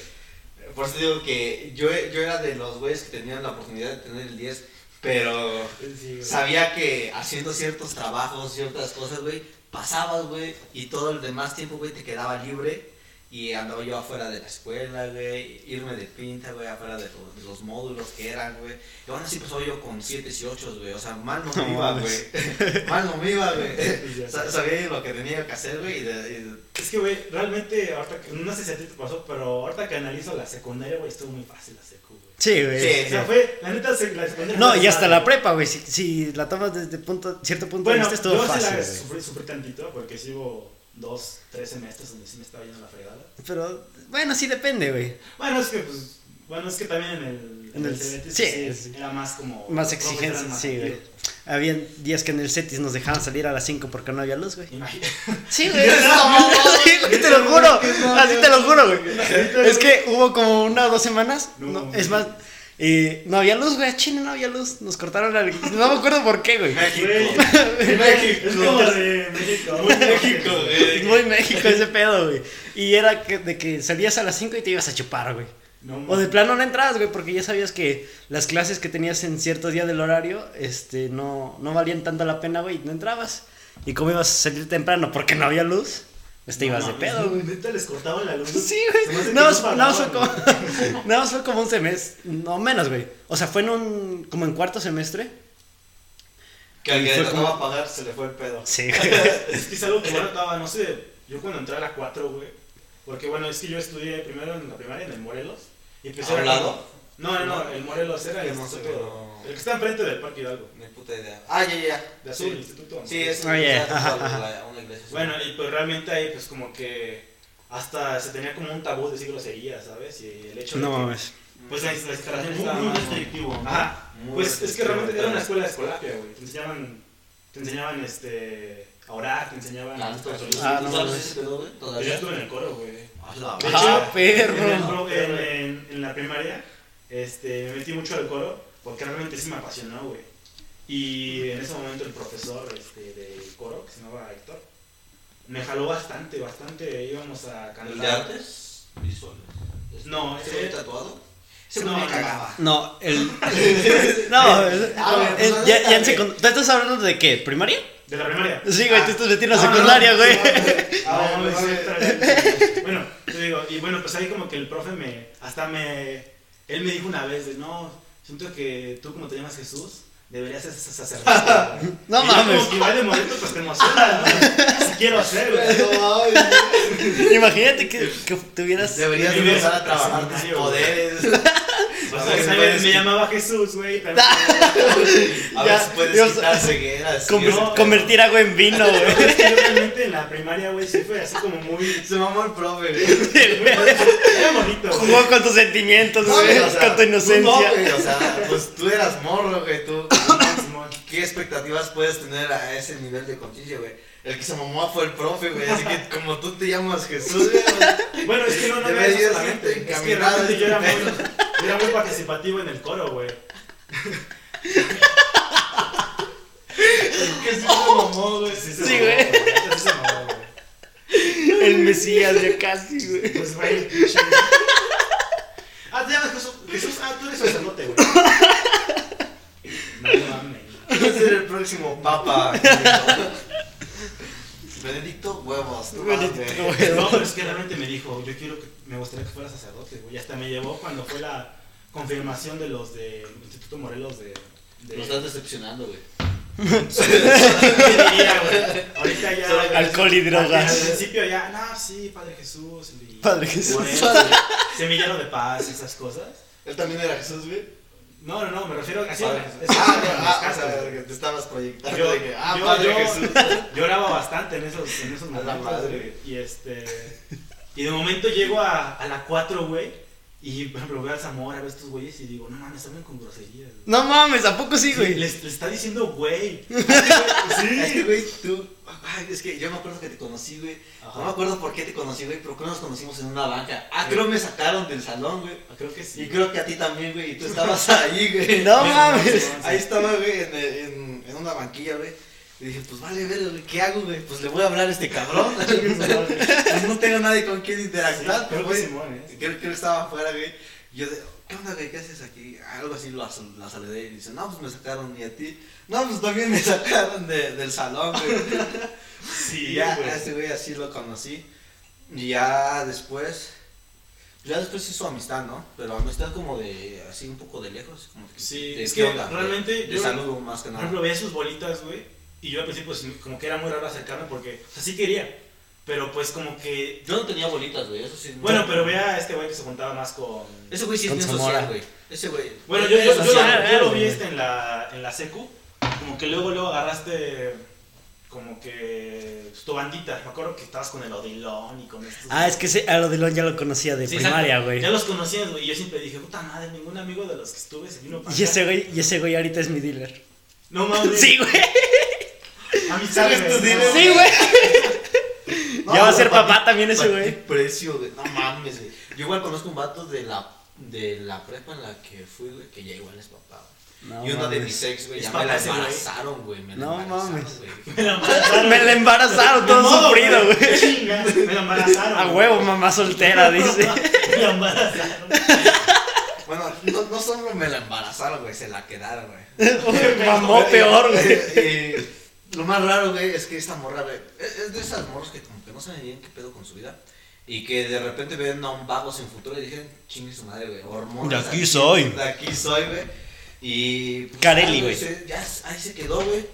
Speaker 3: Por eso digo que yo, yo era de los güeyes que tenían la oportunidad de tener el 10, pero
Speaker 2: pues, sí, güey.
Speaker 3: sabía que haciendo ciertos trabajos, ciertas cosas, güey, pasabas, güey, y todo el demás tiempo, güey, te quedaba libre. Y andaba yo afuera de la escuela, güey, irme de pinta, güey, afuera de los, de los módulos que eran, güey. Y aún así pasaba yo con 7 y 8, güey, o sea, mal no me
Speaker 1: No
Speaker 3: iba, güey.
Speaker 1: mames.
Speaker 3: mal no me iba, güey.
Speaker 2: Ya.
Speaker 3: Sa- Sabía lo que tenía que hacer, güey, y, de- y de-
Speaker 2: Es que, güey, realmente, ahorita que- no sé si a ti te pasó, pero ahorita que analizo la secundaria, güey, estuvo muy fácil la secu, güey.
Speaker 1: Sí, güey.
Speaker 3: Sí.
Speaker 2: O sea, fue, la neta, se- la secundaria.
Speaker 1: No,
Speaker 2: fue
Speaker 1: y hasta
Speaker 2: fácil.
Speaker 1: la prepa, güey. Si, si la tomas desde punto, cierto punto de
Speaker 2: Bueno,
Speaker 1: vista, es todo
Speaker 2: yo
Speaker 1: fácil,
Speaker 2: sí la
Speaker 1: güey.
Speaker 2: sufrí, sufrí tantito porque sí hubo dos, tres semestres donde sí me estaba yendo la fregada.
Speaker 1: Pero, bueno, sí depende, güey.
Speaker 2: Bueno, es que, pues, bueno, es que también en el.
Speaker 1: En el-
Speaker 2: CBT,
Speaker 1: sí,
Speaker 2: sí,
Speaker 1: sí.
Speaker 2: Era más como.
Speaker 1: Más
Speaker 2: los profes
Speaker 1: exigencia,
Speaker 2: eran más
Speaker 1: sí, güey.
Speaker 2: activos.
Speaker 1: Habían días que en el Cetis nos dejaban salir a las 5 porque no había luz, güey.
Speaker 2: Imagínate.
Speaker 1: Sí, güey. Sí, güey, te lo juro. Así te lo juro, güey. Es que hubo como una o dos semanas.
Speaker 2: No,
Speaker 1: no,
Speaker 2: güey.
Speaker 1: es más, eh, no había luz, güey. A Chile no había luz. Nos cortaron la. No me acuerdo por qué, güey.
Speaker 2: Güey,
Speaker 3: México.
Speaker 2: Es como de México.
Speaker 3: Muy México,
Speaker 1: Es
Speaker 3: güey.
Speaker 1: muy México ese pedo, güey. Y era que, de que salías a las 5 y te ibas a chupar, güey.
Speaker 2: No,
Speaker 1: O de plano no entrabas, güey, porque ya sabías que las clases que tenías en cierto día del horario, este, no, no valían tanto la pena, güey, no entrabas. Y como ibas a salir temprano porque no había luz, pues te
Speaker 2: No
Speaker 1: ibas de
Speaker 2: mames,
Speaker 1: pedo, güey.
Speaker 2: Neta les cortaba la luz.
Speaker 1: Sí,
Speaker 2: Se me hace
Speaker 1: güey.
Speaker 2: que
Speaker 1: Nada más,
Speaker 2: no
Speaker 1: nada más fue como,
Speaker 2: pagaban,
Speaker 1: nada más fue como un semestre, no menos, güey. O sea, fue en un, como en cuarto semestre.
Speaker 3: Que al que
Speaker 1: Y
Speaker 3: le
Speaker 1: fue
Speaker 3: tocaba
Speaker 1: como-
Speaker 3: pagar se le fue el pedo.
Speaker 1: Sí, güey.
Speaker 2: güey. Es que es algo que yo notaba, no sé. Yo cuando entré a la 4, güey. Porque bueno, es que yo estudié primero en la primaria en el Morelos. Y empecé
Speaker 3: ¿A un
Speaker 2: ver-
Speaker 3: lado?
Speaker 2: No, no, no, el Morelos era el
Speaker 3: Que no sé,
Speaker 2: instituto.
Speaker 3: no.
Speaker 2: El que está enfrente del Parque Hidalgo.
Speaker 3: Ni puta idea. Ah, ya, ya.
Speaker 2: De azul, el
Speaker 3: Sí,
Speaker 2: instituto.
Speaker 3: sí es
Speaker 1: Ah, ya,
Speaker 3: es
Speaker 1: ajá,
Speaker 3: algo,
Speaker 1: ajá.
Speaker 3: la- una iglesia.
Speaker 2: Bueno, y pues realmente ahí, pues como que. Hasta se tenía como un tabú decir groserías, ¿sabes? Y el hecho de
Speaker 1: No
Speaker 2: que-
Speaker 1: mames.
Speaker 2: Pues la, la instalación
Speaker 3: Muy,
Speaker 2: estaba
Speaker 3: muy
Speaker 2: más-
Speaker 3: restrictivo, ¿no?
Speaker 2: Ajá.
Speaker 3: Muy
Speaker 2: pues es que
Speaker 3: restrictivo,
Speaker 2: realmente era una
Speaker 3: claro.
Speaker 2: escuela de escolapia, güey. Te enseñaban, te enseñaban este, a orar, te enseñaban.
Speaker 3: Ah,
Speaker 2: esto, esto,
Speaker 1: Ah,
Speaker 2: esto.
Speaker 1: no
Speaker 3: no
Speaker 1: mames.
Speaker 3: sabes ese pedo, güey?
Speaker 2: Yo ya
Speaker 3: Todavía.
Speaker 2: estuve en el coro, güey.
Speaker 3: Ah, la
Speaker 2: De
Speaker 3: verga.
Speaker 2: hecho,
Speaker 1: Ah, perro.
Speaker 2: En, el coro- en- en- en la primaria este, me metí mucho al coro porque realmente sí me apasionó, güey. Y en ese momento el profesor este, del coro, que se llamaba Héctor, me jaló bastante, bastante. Íbamos a
Speaker 3: ¿El de
Speaker 2: cantar.
Speaker 3: artes visuales?
Speaker 2: No,
Speaker 3: ¿Ese
Speaker 2: ese-
Speaker 3: güey tatuado? Ese
Speaker 2: No,
Speaker 3: güey me
Speaker 2: no.
Speaker 3: cagaba.
Speaker 1: No, el. No, es-
Speaker 3: Ah, güey,
Speaker 1: es- ya,
Speaker 3: pues,
Speaker 1: ya en
Speaker 3: ándale.
Speaker 1: secund- ¿Tú estás hablando de qué? ¿Primaria?
Speaker 2: De la primaria.
Speaker 1: Sí, güey,
Speaker 2: Ah.
Speaker 1: tú estás metiendo en
Speaker 2: No,
Speaker 1: la
Speaker 2: no,
Speaker 1: secundaria,
Speaker 2: no,
Speaker 1: güey.
Speaker 2: Ah,
Speaker 3: No,
Speaker 2: bueno,
Speaker 3: no,
Speaker 2: sí,
Speaker 3: no.
Speaker 2: espérate. Bueno, te digo, y bueno, pues ahí como que el profe me, hasta me, él me dijo una vez, de, no, siento que tú como te llamas Jesús, deberías ser sac- sacerdote. güey".
Speaker 1: No
Speaker 2: Y yo como
Speaker 1: mames.
Speaker 2: que igual de momento, pues te emociona, ¿no? Si quiero ser, güey.
Speaker 1: Imagínate que, que tuvieras.
Speaker 3: Deberías
Speaker 2: Vives
Speaker 3: empezar a trabajar tus
Speaker 2: seminario, güey.
Speaker 3: poderes.
Speaker 2: O
Speaker 3: A
Speaker 2: sea,
Speaker 3: ver si
Speaker 2: esa vez
Speaker 3: puedes-
Speaker 2: me llamaba Jesús, güey. también-
Speaker 3: A
Speaker 1: Ya,
Speaker 3: ver si puedes
Speaker 1: Dios-
Speaker 3: quitar cegueras.
Speaker 1: conver-
Speaker 3: tío.
Speaker 2: No.
Speaker 1: convertir agua en vino, güey.
Speaker 2: Es que yo realmente en la primaria, güey, sí fue así como muy,
Speaker 3: Se mamó el profe, güey.
Speaker 2: muy era bonito, güey.
Speaker 1: Jugó con tus sentimientos,
Speaker 3: No,
Speaker 1: güey.
Speaker 3: güey, o sea,
Speaker 1: con tu
Speaker 3: tú no,
Speaker 1: inocencia.
Speaker 3: güey, o sea, pues tú eras morro, güey, tú.
Speaker 2: Simón.
Speaker 3: ¿Qué expectativas puedes tener a ese nivel de conciencia, güey? El que se mamó fue el profe, güey. Así que como tú te llamas Jesús, güey.
Speaker 2: Bueno, es que no, no
Speaker 3: Te
Speaker 2: me eso
Speaker 3: veías
Speaker 2: solamente.
Speaker 3: bien
Speaker 2: Es que
Speaker 3: encaminado
Speaker 2: realmente yo era
Speaker 3: en tu
Speaker 2: muy, yo era muy participativo en el coro, güey.
Speaker 3: Que sí se mamó, güey.
Speaker 2: Sí,
Speaker 1: Sí, güey.
Speaker 2: mamó, güey. Sí se mamó.
Speaker 1: Mesías, yo casi, güey.
Speaker 2: Pues, güey. ah, te llamas Jesús. Jesús, ah, tú eres sacerdote, güey. No mames.
Speaker 3: ¿Quién será el próximo papa? Benedicto Huevos. no mames.
Speaker 1: Benedicto
Speaker 2: No, pero es que realmente me dijo, yo quiero que, me gustaría que fuera sacerdote, güey. Y hasta me llevó cuando fue la confirmación de los de Instituto Morelos de... de-
Speaker 3: Nos estás decepcionando, güey.
Speaker 2: Mira, güey, Ahorita ya...
Speaker 1: Alcohol y
Speaker 2: Al
Speaker 1: drogas.
Speaker 2: principio ya, no, sí, Padre Jesús. y-
Speaker 1: Padre Jesús.
Speaker 2: Morelos, Semillero de paz, esas cosas.
Speaker 3: Él también era Jesús, güey.
Speaker 2: No, no, no, me refiero a así
Speaker 3: Padre
Speaker 2: en
Speaker 3: Jesús.
Speaker 2: las-
Speaker 3: Ah,
Speaker 2: en las
Speaker 3: ah, o
Speaker 2: casas,
Speaker 3: sea,
Speaker 2: güey.
Speaker 3: que te estabas proyectando
Speaker 2: Yo,
Speaker 3: de que, ah,
Speaker 2: yo-
Speaker 3: Padre
Speaker 2: yo-
Speaker 3: Jesús.
Speaker 2: Lloraba bastante en esos, en esos
Speaker 3: A la
Speaker 2: momentos.
Speaker 3: madre.
Speaker 2: güey. Y este. Y de momento llego a, a la 4, güey. Y por ejemplo, veo a Zamora, veo a estos güeyes y digo, no mames, hablan con groserías. güey".
Speaker 1: No mames, ¿a poco sí,
Speaker 2: Sí,
Speaker 1: güey?
Speaker 2: le, le está diciendo güey.
Speaker 3: Sí, este güey, tú. Ay, es que yo me acuerdo que te conocí, güey.
Speaker 2: Ajá.
Speaker 3: No me acuerdo por qué te conocí, güey, pero creo que nos conocimos en una banca. Ah, creo me sacaron del salón, güey.
Speaker 2: Creo que sí.
Speaker 3: Y creo que a ti también, güey, y tú estabas ahí, güey.
Speaker 1: No
Speaker 2: Sí,
Speaker 1: mames.
Speaker 2: sí, sí.
Speaker 3: Ahí estaba, güey, en, en, en una banquilla, güey. Y dije, pues vale, ver, güey, ¿qué hago, güey? Pues le voy a hablar a este cabrón. pues no tengo nadie con quien
Speaker 2: Sí, creo
Speaker 3: interactuar, pero,
Speaker 2: que
Speaker 3: güey.
Speaker 2: Simón, ¿eh?
Speaker 3: Creo, creo que estaba afuera, güey. Y Yo de, ¿qué onda, güey? ¿Qué haces aquí? Algo así lo as- la saludé y dice, no, pues me sacaron y a ti. No, pues también me sacaron de- del salón, güey. y
Speaker 2: Sí,
Speaker 3: ya,
Speaker 2: güey.
Speaker 3: a este güey así lo conocí. Y ya después, ya después hizo amistad, ¿no? Pero amistad como de, así un poco de lejos. Como de,
Speaker 2: Sí,
Speaker 3: de
Speaker 2: es
Speaker 3: qué
Speaker 2: que
Speaker 3: onda,
Speaker 2: realmente
Speaker 3: De, de
Speaker 2: yo-
Speaker 3: saludo más que
Speaker 2: Por
Speaker 3: nada.
Speaker 2: ejemplo, veía sus bolitas, güey. Y yo al principio, pues, como que era muy raro acercarme porque, o sea, sí quería. Pero pues, como que.
Speaker 3: Yo no tenía bolitas, güey, eso sí.
Speaker 2: Bueno, pero vea a este güey que se juntaba más con.
Speaker 3: Ese güey sí es
Speaker 1: Con
Speaker 3: bien
Speaker 1: Zamora.
Speaker 3: social, güey. Ese güey.
Speaker 2: Bueno, yo, yo, yo,
Speaker 1: sí,
Speaker 2: lo-
Speaker 1: sí,
Speaker 2: yo lo
Speaker 1: sí.
Speaker 2: vi este en la, en la secu. Como que luego, luego agarraste. Como que. pues, Tu bandita. Me acuerdo que estabas con el Odilon y con estos.
Speaker 1: Ah, es que ese- a lo de Lon ya lo conocía de
Speaker 2: Sí,
Speaker 1: primaria,
Speaker 2: exacto.
Speaker 1: güey.
Speaker 2: Ya los conocías, güey. Y yo siempre dije, puta madre, ningún amigo de los que estuve se vino para
Speaker 1: Y
Speaker 2: acá".
Speaker 1: ese güey, y ese güey ahorita es mi dealer.
Speaker 2: No mames.
Speaker 1: Sí, güey.
Speaker 2: Amistades.
Speaker 3: ¿Eres tu
Speaker 2: no.
Speaker 3: dealer?
Speaker 1: Sí, güey.
Speaker 3: No,
Speaker 1: Ya va a
Speaker 3: güey,
Speaker 1: ser
Speaker 3: pa'
Speaker 1: papá
Speaker 3: ti-
Speaker 1: también ese
Speaker 3: pa' ti
Speaker 1: güey.
Speaker 3: Precio, güey. No mames, güey. Yo igual conozco un vato de la, de la prepa en la que fui, güey, que ya igual es papá,
Speaker 1: No
Speaker 3: güey. y una de
Speaker 1: mames.
Speaker 3: mis ex, güey,
Speaker 2: Es
Speaker 3: ya
Speaker 2: papá
Speaker 3: me la
Speaker 2: ese güey.
Speaker 3: embarazaron, güey. Me la
Speaker 1: No
Speaker 3: embarazaron,
Speaker 1: mames.
Speaker 3: güey.
Speaker 2: Me lo embarazaron.
Speaker 1: Me la embarazaron, todo
Speaker 2: Ni modo,
Speaker 1: sufrido,
Speaker 2: güey.
Speaker 1: güey.
Speaker 2: Chinga, Me lo embarazaron.
Speaker 1: A
Speaker 2: güey.
Speaker 1: huevo, mamá soltera, dice.
Speaker 2: Me lo embarazaron.
Speaker 3: Bueno, no, no solo me la embarazaron, güey, se la quedaron, güey.
Speaker 1: Mamó peor, güey.
Speaker 3: Eh, eh, lo más raro, güey, es que esta morra, güey, es es de esas morras que como que no saben bien qué pedo con su vida. Y que de repente ven a un vago sin futuro y dicen, chingue su madre, güey, hormonas.
Speaker 1: De aquí soy.
Speaker 3: De aquí soy, güey. Y. pues,
Speaker 1: Carelli,
Speaker 3: ya,
Speaker 1: güey.
Speaker 3: se- Ya s- ahí se quedó, güey.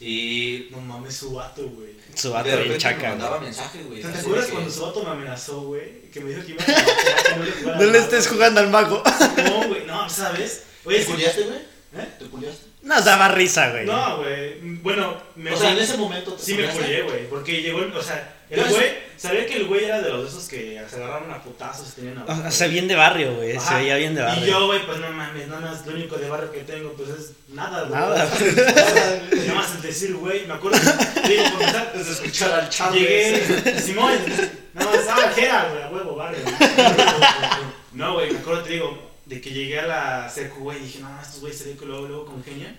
Speaker 3: Y.
Speaker 2: No mames, su vato, güey.
Speaker 1: Su
Speaker 3: de
Speaker 1: vato bien
Speaker 3: repente me
Speaker 1: chaca,
Speaker 3: mandaba
Speaker 1: güey.
Speaker 3: mensaje, güey.
Speaker 2: ¿Te
Speaker 3: así de
Speaker 2: acuerdas
Speaker 3: que-
Speaker 2: cuando su vato me amenazó, güey? Que me dijo que iba a amenazar, que no le jugara
Speaker 1: No le
Speaker 2: nada.
Speaker 1: estés jugando al mago.
Speaker 2: No, güey, no, ¿sabes? Oye,
Speaker 3: ¿Te
Speaker 2: sí-
Speaker 3: culiaste, güey?
Speaker 2: ¿Eh?
Speaker 3: ¿Te culiaste?
Speaker 1: Nos daba risa, güey.
Speaker 2: No, güey. Bueno, me
Speaker 3: O sea, en ese momento. te
Speaker 2: sí me
Speaker 3: culiaste.
Speaker 2: culié, güey. Porque llegó, el- o sea, el
Speaker 3: Yo es-
Speaker 2: güey, sabía que el güey era de los de esos que se agarraron a putazos y tenían a.
Speaker 1: O sea, bien de barrio, güey. Se
Speaker 2: Ajá.
Speaker 1: veía bien de
Speaker 2: Y
Speaker 1: barrio.
Speaker 2: yo, güey, pues no mames, nada más, lo único de barrio que tengo, pues es nada, güey.
Speaker 1: Nada, güey.
Speaker 2: Nada más el decir, güey, me acuerdo, te digo, por empezar,
Speaker 3: Es escuchar al chavo.
Speaker 2: pues, Llegué, Simón, no, estaba jera, güey, a huevo, barrio. No, güey, me acuerdo, te digo, de que llegué a la secu, güey, y dije, no, estos güeyes se ven que luego, luego congenian.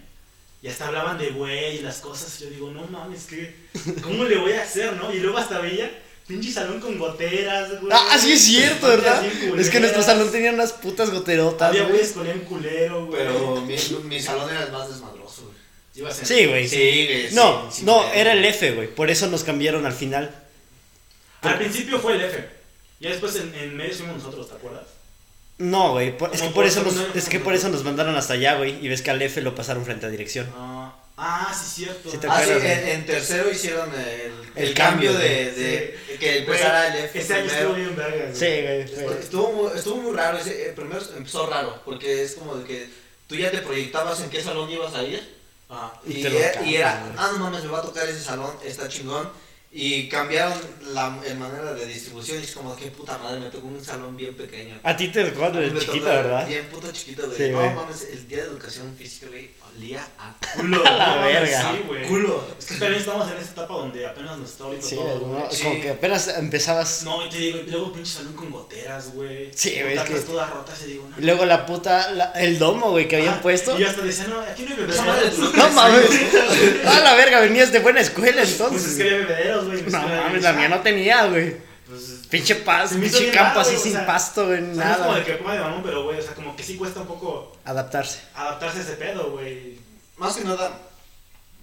Speaker 2: Y hasta hablaban de güey y las cosas, y yo digo, no mames, que, ¿cómo le voy a hacer, no? Y luego hasta veía, pinche salón con goteras, güey.
Speaker 1: Ah, sí es cierto, ¿verdad?
Speaker 2: Así, culeras.
Speaker 1: Es que nuestro salón tenía unas putas goterotas,
Speaker 2: Había
Speaker 1: güey.
Speaker 2: güeyes con un culero, güey.
Speaker 3: Pero mi, mi salón era el más desmadroso, güey.
Speaker 2: Iba a ser-
Speaker 1: Sí, güey.
Speaker 3: Sí, güey.
Speaker 1: No,
Speaker 3: sí, sí,
Speaker 1: no,
Speaker 3: güey.
Speaker 1: era el F, güey. Por eso nos cambiaron al final.
Speaker 2: Al principio fue el F. Ya después en, en medio fuimos nosotros, ¿te acuerdas?
Speaker 1: No, güey. por- Es que
Speaker 2: Como
Speaker 1: por
Speaker 2: por
Speaker 1: eso nos,
Speaker 2: terminar
Speaker 1: es que por eso nos mandaron hasta allá, güey. Y ves que al F lo pasaron frente a dirección.
Speaker 2: Ah, ah, sí, cierto.
Speaker 1: Sí, te
Speaker 3: Ah, sí,
Speaker 1: acuerdas,
Speaker 3: en, en tercero hicieron el,
Speaker 1: El
Speaker 3: el,
Speaker 1: cambio,
Speaker 3: cambio de, de- que empezara el
Speaker 2: Ese
Speaker 3: F
Speaker 2: este año
Speaker 3: primero.
Speaker 2: estuvo bien verga, güey.
Speaker 1: Sí, güey. fue-
Speaker 3: Estuvo, mu- estuvo muy raro, ese, eh, primero empezó raro, porque es como de que tú ya te proyectabas en qué salón ibas a ir,
Speaker 2: Ah,
Speaker 1: Y
Speaker 3: y,
Speaker 1: te lo
Speaker 3: era,
Speaker 1: cambian,
Speaker 3: y era,
Speaker 1: güey.
Speaker 3: ah, no mames, me va a tocar ese salón, está chingón, y cambiaron la el manera de distribución, y es como, qué puta madre, me tocó un salón bien pequeño.
Speaker 1: A ti te tocó cuando
Speaker 3: Me
Speaker 1: eres
Speaker 3: tocó
Speaker 1: chiquita, ¿verdad?
Speaker 3: Bien puto chiquito, güey.
Speaker 1: Sí,
Speaker 3: no
Speaker 1: güey.
Speaker 3: mames, el día de educación física, güey, olía a
Speaker 2: culo.
Speaker 1: A la
Speaker 2: no,
Speaker 1: verga.
Speaker 2: Sí, güey.
Speaker 3: culo.
Speaker 2: Es que también estamos en esa etapa donde apenas nos está ahorita
Speaker 1: Sí,
Speaker 2: todo,
Speaker 1: ¿no?
Speaker 2: güey.
Speaker 1: Es
Speaker 3: sí.
Speaker 1: Como que apenas empezabas.
Speaker 2: No, y te digo, y luego pinche salón con goteras, güey.
Speaker 1: Sí, güey, es
Speaker 2: Butacas
Speaker 1: que-
Speaker 2: todas rotas y digo, no.
Speaker 1: Y luego la puta, la- el domo, güey, que habían
Speaker 2: Ah,
Speaker 1: puesto.
Speaker 2: Y yo hasta decía, no, aquí no hay
Speaker 3: Esa madre
Speaker 2: bebederos.
Speaker 3: duró
Speaker 1: No
Speaker 3: tres
Speaker 1: mames.
Speaker 3: años.
Speaker 1: A la verga, venías de buena escuela
Speaker 2: Pues es que
Speaker 1: entonces.
Speaker 2: había bebederos, güey. pues Ah,
Speaker 1: No mames, la mía no tenía, güey. Pinche paz,
Speaker 2: Se me hizo
Speaker 1: pinche
Speaker 2: bien
Speaker 1: campo
Speaker 2: raro,
Speaker 1: así
Speaker 2: güey, o
Speaker 1: sin
Speaker 2: sea,
Speaker 1: pasto, güey,
Speaker 2: O sea, no es como
Speaker 1: nada.
Speaker 2: de que coma de mamón, pero güey, o sea, como que sí cuesta un poco
Speaker 1: Adaptarse.
Speaker 2: adaptarse a ese pedo, güey.
Speaker 3: Más que nada,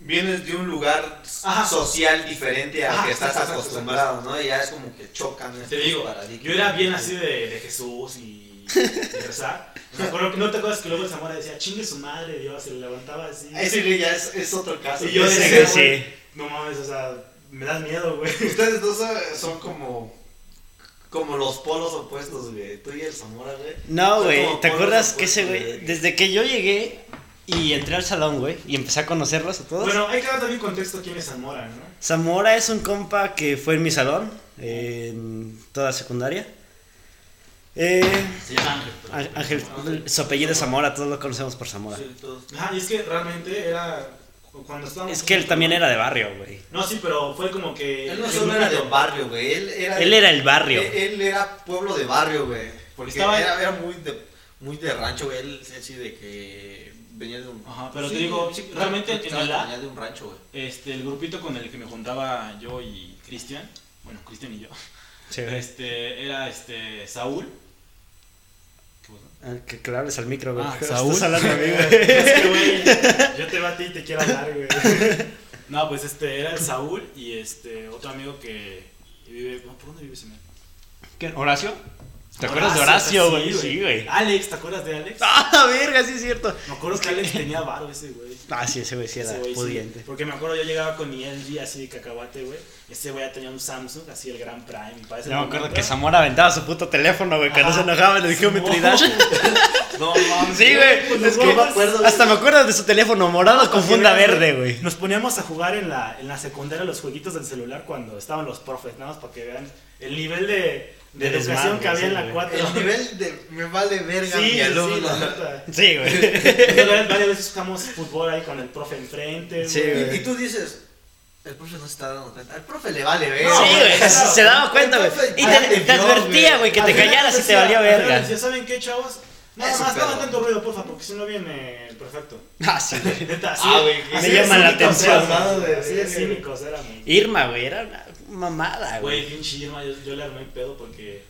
Speaker 3: vienes de un lugar s-
Speaker 2: Ajá.
Speaker 3: social diferente al
Speaker 2: Ajá,
Speaker 3: que estás
Speaker 2: exacto,
Speaker 3: acostumbrado, ¿no? Y ya es como que chocan.
Speaker 2: Te
Speaker 3: estos
Speaker 2: digo,
Speaker 3: paradigmas.
Speaker 2: yo era bien así de, de Jesús y de rezar. Me acuerdo que no te acuerdas que luego el Zamora decía, chingue su madre, Dios, y lo levantaba así.
Speaker 3: Ese güey ya es, es otro caso.
Speaker 2: Y yo
Speaker 3: Ese
Speaker 2: decía,
Speaker 3: güey-
Speaker 2: güey. No mames, o sea, me das miedo, güey.
Speaker 3: Ustedes dos eh, son como, como los polos opuestos, güey. Tú y el Zamora, güey.
Speaker 1: No,
Speaker 3: Son
Speaker 1: güey,
Speaker 3: como
Speaker 1: ¿te
Speaker 3: polos
Speaker 1: acuerdas que ese
Speaker 3: opuestos,
Speaker 1: güey, desde que yo llegué y entré al salón, güey, y empecé a conocerlos a todos?
Speaker 2: Bueno, hay que dar también contexto quién es Zamora, ¿no?
Speaker 1: Zamora es un compa que fue en mi salón, en toda secundaria. Eh,
Speaker 3: Se llama Ángel.
Speaker 1: Á-
Speaker 3: pero-
Speaker 1: Ángel, su apellido es Zamora, todos lo conocemos por Zamora.
Speaker 3: Sí, todos.
Speaker 2: Ajá, y es que realmente era cuando estábamos...
Speaker 1: Es que él también era de barrio, güey.
Speaker 2: No, sí, pero fue como que...
Speaker 3: Él no solo era de barrio, güey. Él era,
Speaker 1: Él era el barrio.
Speaker 3: Él, Eh, él era pueblo de barrio, güey. Porque
Speaker 2: Estaba-
Speaker 3: era, era muy, de, muy de rancho, güey. Él así de que venía de un.
Speaker 2: Ajá, pero te digo, realmente en
Speaker 3: estaba-
Speaker 2: Alá-
Speaker 3: Venía de un rancho, güey.
Speaker 2: Este, el grupito con el que me juntaba yo y Cristian, bueno, Cristian y yo,
Speaker 1: Sí, güey.
Speaker 2: este, era este, Saúl. ¿Qué pasó?
Speaker 1: Ah, Que, que le hables al micro, güey.
Speaker 2: Ah,
Speaker 1: Estás
Speaker 2: Saúl.
Speaker 1: hablando a mí, güey.
Speaker 2: Es que, güey, yo te batí y te quiero hablar, güey. No, pues este, era el Saúl y este, otro amigo que vive, no, ¿por dónde vive ese man?
Speaker 1: ¿Qué, ¿Horacio? ¿Te acuerdas de Horacio, güey?
Speaker 2: sí,
Speaker 1: Sí, güey.
Speaker 2: Alex, ¿te acuerdas de Alex?
Speaker 1: Ah, verga, sí es cierto.
Speaker 2: Me acuerdo que Alex tenía varo ese, güey.
Speaker 1: Ah, sí, ese güey sí era
Speaker 2: Ese güey, sí.
Speaker 1: pudiente.
Speaker 2: Porque me acuerdo yo llegaba con mi LG así de cacahuate, güey. Ese güey ya tenía un Samsung, así el Grand Prime. para ese
Speaker 1: Yo me acuerdo
Speaker 2: momento-
Speaker 1: que Zamora aventaba su puto teléfono, güey, cuando
Speaker 2: Ajá.
Speaker 1: se enojaba en el
Speaker 2: Sí,
Speaker 1: geometridad.
Speaker 3: No, mames.
Speaker 1: Sí, güey.
Speaker 2: Pues
Speaker 1: Es
Speaker 2: no
Speaker 1: que
Speaker 2: me acuerdo,
Speaker 1: hasta me acuerdo de su teléfono morado con funda verde, güey.
Speaker 2: Nos poníamos a jugar en la, en la secundaria los jueguitos del celular cuando estaban los profes, nada más para que vean el nivel de, de,
Speaker 1: De desmadre,
Speaker 2: educación que había
Speaker 1: sí,
Speaker 2: en la
Speaker 1: güey.
Speaker 2: 4.
Speaker 3: El nivel de. Me vale
Speaker 2: Sí,
Speaker 3: verga mi
Speaker 2: sí,
Speaker 3: alumno.
Speaker 2: la neta.
Speaker 1: Sí, güey.
Speaker 2: Entonces, Varias varias veces jugamos fútbol ahí con el profe enfrente.
Speaker 1: Sí,
Speaker 2: güey.
Speaker 1: güey.
Speaker 3: y, y tú dices. El profe no se está dando cuenta. Al profe le vale verga.
Speaker 1: Sí, güey.
Speaker 2: claro.
Speaker 1: Se daba cuenta, güey. Y te, te advertía, güey, que te
Speaker 2: Al final
Speaker 1: callaras y te
Speaker 2: decía-
Speaker 1: valía
Speaker 2: al final
Speaker 1: verga.
Speaker 2: decía, ¿saben qué, chavos? Nada
Speaker 3: Es un
Speaker 2: más, no hagan
Speaker 3: pedo.
Speaker 2: tanto ruido, porfa, porque si no viene el perfecto.
Speaker 1: Ah, sí, güey.
Speaker 2: Neta, así.
Speaker 3: Ah, güey,
Speaker 2: así
Speaker 1: me
Speaker 2: de
Speaker 1: llama la
Speaker 2: cínicos
Speaker 1: atención.
Speaker 2: éramos, güey, Así de
Speaker 3: Verga.
Speaker 2: cínicos éramos.
Speaker 1: Irma, güey, era una mamada,
Speaker 2: Güey,
Speaker 1: güey.
Speaker 2: pinche Irma, yo, yo le armé el pedo porque.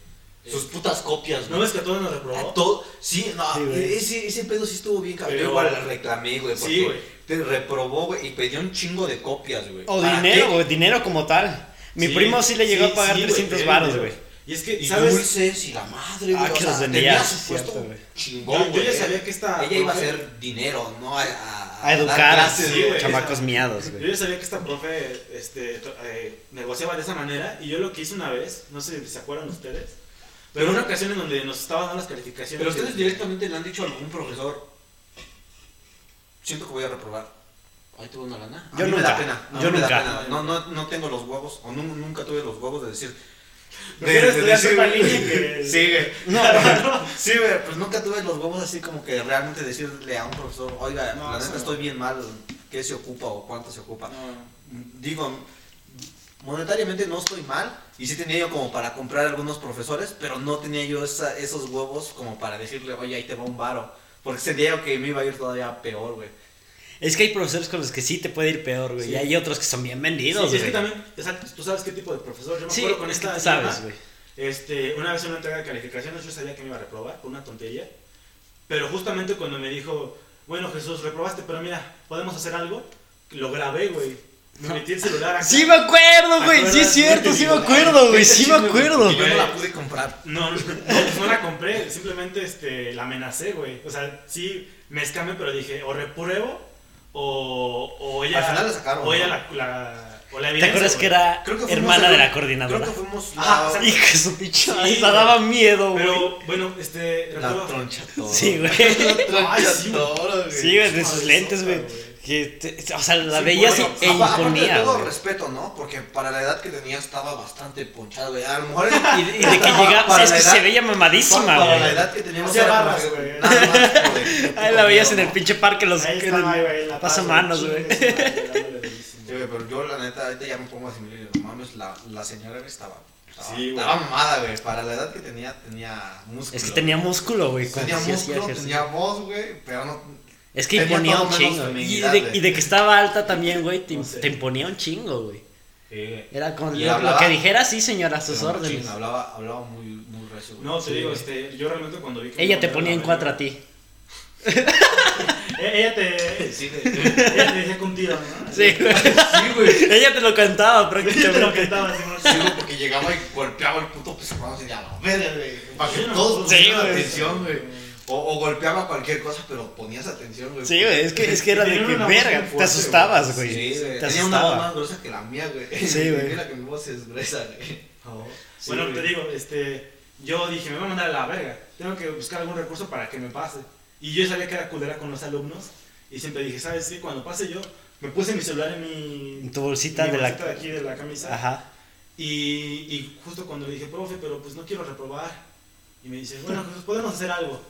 Speaker 2: eh,
Speaker 3: Sus putas copias,
Speaker 2: ¿No
Speaker 3: güey.
Speaker 2: ves que a todos nos reprobó?
Speaker 3: A todo, sí, no, e-,
Speaker 1: Sí, güey.
Speaker 3: ese, ese pedo sí estuvo bien cabrón.
Speaker 2: Pero-
Speaker 3: Yo igual la reclamé, güey,
Speaker 2: Sí,
Speaker 3: porque
Speaker 2: güey.
Speaker 3: te reprobó, güey, y pedí un chingo de copias, güey.
Speaker 1: O
Speaker 3: ¿Para
Speaker 1: dinero,
Speaker 3: qué?
Speaker 1: güey, dinero como tal. Mi
Speaker 2: Sí,
Speaker 1: primo sí le llegó
Speaker 2: sí,
Speaker 1: a pagar
Speaker 2: sí, güey,
Speaker 1: 300
Speaker 2: sí,
Speaker 1: varos, güey.
Speaker 2: Y es que,
Speaker 3: Y
Speaker 2: ¿sabes?
Speaker 3: dulces y la madre,
Speaker 1: Ah,
Speaker 3: güey.
Speaker 1: que
Speaker 3: o
Speaker 1: los
Speaker 3: sea,
Speaker 1: vendía,
Speaker 3: tenía
Speaker 1: sí,
Speaker 3: su puesto
Speaker 1: cierto, güey.
Speaker 3: chingón,
Speaker 2: Yo- yo ya
Speaker 3: güey.
Speaker 2: sabía que esta
Speaker 3: Ella iba a
Speaker 2: profe-
Speaker 3: hacer dinero, ¿no? A, a-
Speaker 1: A
Speaker 3: a dar
Speaker 1: educar a
Speaker 3: clases,
Speaker 2: sí, güey.
Speaker 1: chamacos miados,
Speaker 2: Yo
Speaker 1: güey.
Speaker 2: ya sabía que esta profe este, to- eh, negociaba de esa manera y yo lo que hice una vez, no sé si se acuerdan ustedes, pero una ocasión en donde nos estaban dando las calificaciones.
Speaker 3: Pero ustedes
Speaker 2: de-
Speaker 3: directamente le han dicho a algún profesor, siento que voy a reprobar. Ahí tuve una lana. A
Speaker 1: Yo
Speaker 3: mí me da
Speaker 1: nunca,
Speaker 3: pena. a
Speaker 1: yo
Speaker 3: mí me da
Speaker 1: nunca.
Speaker 3: pena. No, no, no tengo los huevos, o nu- nunca tuve los huevos de decir.
Speaker 2: Prefiero estudiar prepa en
Speaker 3: güey.
Speaker 2: línea que-
Speaker 3: Sí, güey.
Speaker 2: No,
Speaker 3: Sí, güey, pues nunca tuve los huevos así como que realmente decirle a un profesor, oiga,
Speaker 2: No,
Speaker 3: la
Speaker 2: eso
Speaker 3: neta
Speaker 2: no.
Speaker 3: estoy bien mal, ¿qué se ocupa o cuánto se ocupa?
Speaker 2: no.
Speaker 3: Digo, monetariamente no estoy mal, y sí tenía yo como para comprar algunos profesores, pero no tenía yo esa- esos huevos como para decirle, oye, ahí te va un varo, porque sentía que me iba a ir todavía peor, güey.
Speaker 1: Es que hay profesores con los que sí te puede ir peor, güey.
Speaker 2: Sí.
Speaker 1: Y hay otros que son bien
Speaker 2: Sí,
Speaker 1: vendidos,
Speaker 2: es
Speaker 1: güey.
Speaker 2: que también, exacto, tú sabes qué tipo de profesor. Yo me
Speaker 1: Sí,
Speaker 2: acuerdo con
Speaker 1: es que
Speaker 2: esta.
Speaker 1: tú
Speaker 2: señora,
Speaker 1: sabes, güey.
Speaker 2: Este, una vez en una entrega de calificaciones yo sabía que me iba a reprobar por una tontería. Pero justamente cuando me dijo, bueno Jesús, reprobaste, pero mira, podemos hacer algo, lo grabé, güey. Me metí el celular acá.
Speaker 1: Sí me acuerdo, güey. Sí es
Speaker 2: ¿Acuerdas?
Speaker 1: cierto, sí me
Speaker 2: Digo,
Speaker 1: acuerdo, güey.
Speaker 3: Está
Speaker 1: Sí me
Speaker 3: chido, güey,
Speaker 1: acuerdo.
Speaker 3: porque Yo no la pude comprar.
Speaker 2: No, no, no, pues no la compré, simplemente este, la amenacé, güey. O sea, sí me escamé, pero dije, o repruebo, o, o ella.
Speaker 3: Al final la sacaron,
Speaker 2: O ella
Speaker 3: ¿no?
Speaker 2: la. la- o la
Speaker 1: ¿Te
Speaker 2: evidencia,
Speaker 1: acuerdas que
Speaker 2: güey.
Speaker 1: era
Speaker 3: Creo que fuimos
Speaker 1: hermana
Speaker 3: a-
Speaker 1: de la coordinadora? Ah,
Speaker 3: Creo que fuimos
Speaker 2: Ajá,
Speaker 3: la-
Speaker 2: o sea,
Speaker 1: Hijo de su pinche
Speaker 2: Sí,
Speaker 1: madre, hasta
Speaker 2: güey.
Speaker 1: daba miedo, güey.
Speaker 2: Pero bueno, este.
Speaker 3: la
Speaker 2: recuerdo-
Speaker 3: troncha todo.
Speaker 1: Sí, güey.
Speaker 2: Ay, sí, güey.
Speaker 1: Sí, güey, de
Speaker 2: Madre
Speaker 1: sus lentes,
Speaker 2: sota,
Speaker 1: güey.
Speaker 2: güey.
Speaker 1: Que te- o sea, la
Speaker 2: Sí,
Speaker 1: veías
Speaker 2: bueno,
Speaker 1: e
Speaker 3: Apa- aparte de
Speaker 1: imponía,
Speaker 3: todo
Speaker 1: güey.
Speaker 3: respeto, ¿no? Porque para la edad que tenía estaba bastante ponchada, güey. A lo mejor.
Speaker 1: Y, y de que llegaba,
Speaker 3: Para
Speaker 1: es
Speaker 3: la
Speaker 1: que se
Speaker 3: edad-
Speaker 1: veía mamadísima,
Speaker 3: Para la
Speaker 1: güey.
Speaker 3: edad que teníamos
Speaker 2: Hacía
Speaker 3: era como
Speaker 2: barras,
Speaker 3: que-
Speaker 2: güey.
Speaker 3: nada más como de-
Speaker 1: Ahí la veías en el
Speaker 3: ¿no?
Speaker 1: pinche parque, los
Speaker 2: Ahí
Speaker 1: en
Speaker 2: estaba,
Speaker 1: el
Speaker 2: güey, la
Speaker 1: pasamanos,
Speaker 2: paso,
Speaker 1: güey.
Speaker 2: chingue su madre, dándole durísimo.
Speaker 3: Sí, güey, pero yo la neta, ahorita ya me pongo a asimilar y digo, mames, la, la señora güey, estaba. Estaba,
Speaker 2: Sí, güey.
Speaker 3: estaba mamada, güey. Para la edad que tenía, tenía músculo.
Speaker 1: Es que tenía músculo, güey. como
Speaker 3: Tenía
Speaker 1: si hacía
Speaker 3: músculo,
Speaker 1: ejercicio.
Speaker 3: tenía voz, güey, pero no.
Speaker 1: Es que
Speaker 3: tenía
Speaker 1: imponía
Speaker 3: todo
Speaker 1: un
Speaker 3: menos
Speaker 1: chingo. Y
Speaker 3: feminidad,
Speaker 1: de,
Speaker 3: güey.
Speaker 1: y de que estaba alta también, güey, te,
Speaker 2: No sé.
Speaker 1: te imponía un chingo, güey.
Speaker 2: Sí, güey.
Speaker 1: Era con
Speaker 3: Y
Speaker 1: lo,
Speaker 3: hablaba-
Speaker 1: lo que dijera, sí, señora, a sus
Speaker 3: Pero
Speaker 1: órdenes.
Speaker 3: machín, Hablaba, hablaba muy, muy recio. güey.
Speaker 2: No, te
Speaker 3: Sí,
Speaker 2: digo,
Speaker 3: güey.
Speaker 2: este, yo realmente cuando vi que...
Speaker 1: Ella te ponía en cuatro a ti.
Speaker 2: Eh, ella te...
Speaker 3: Sí, de-
Speaker 2: Ella te decía que un tiro, ¿no?
Speaker 1: Sí, güey.
Speaker 3: sí, güey.
Speaker 1: Ella te lo cantaba
Speaker 2: Te lo
Speaker 1: prácticamente.
Speaker 2: cantaba, Simón.
Speaker 3: Sí, güey, porque llegaba y golpeaba el puto pescado y a la verga, güey. Para que
Speaker 2: Sí, no,
Speaker 3: todos
Speaker 2: sí,
Speaker 3: pusieran
Speaker 1: güey.
Speaker 3: atención, güey. O, o golpeaba cualquier cosa, pero ponías atención, güey.
Speaker 1: Sí, güey, es que, es que era de
Speaker 2: Tenía
Speaker 1: que
Speaker 2: una voz muy
Speaker 1: verga, te
Speaker 2: fuerte,
Speaker 1: asustabas,
Speaker 3: Sí,
Speaker 1: güey.
Speaker 3: güey.
Speaker 1: te
Speaker 3: Tenía una voz
Speaker 1: asustaba.
Speaker 3: más gruesa que la mía, güey.
Speaker 1: Sí, güey.
Speaker 3: Mira que mi voz es gruesa, güey. Sí,
Speaker 2: bueno,
Speaker 3: güey.
Speaker 2: te digo, este, yo dije, me voy a mandar a la verga. Tengo que buscar algún recurso para que me pase. Y yo sabía que era culera con los alumnos. Y siempre dije, ¿sabes qué? Cuando pase yo, me puse mi celular en mi...
Speaker 1: En tu bolsita
Speaker 2: en mi
Speaker 1: de la-
Speaker 2: bolsita de aquí de la camisa.
Speaker 1: Ajá.
Speaker 2: Y, y justo cuando le dije, profe, pero pues no quiero reprobar. Y me dice, bueno, pues podemos hacer algo.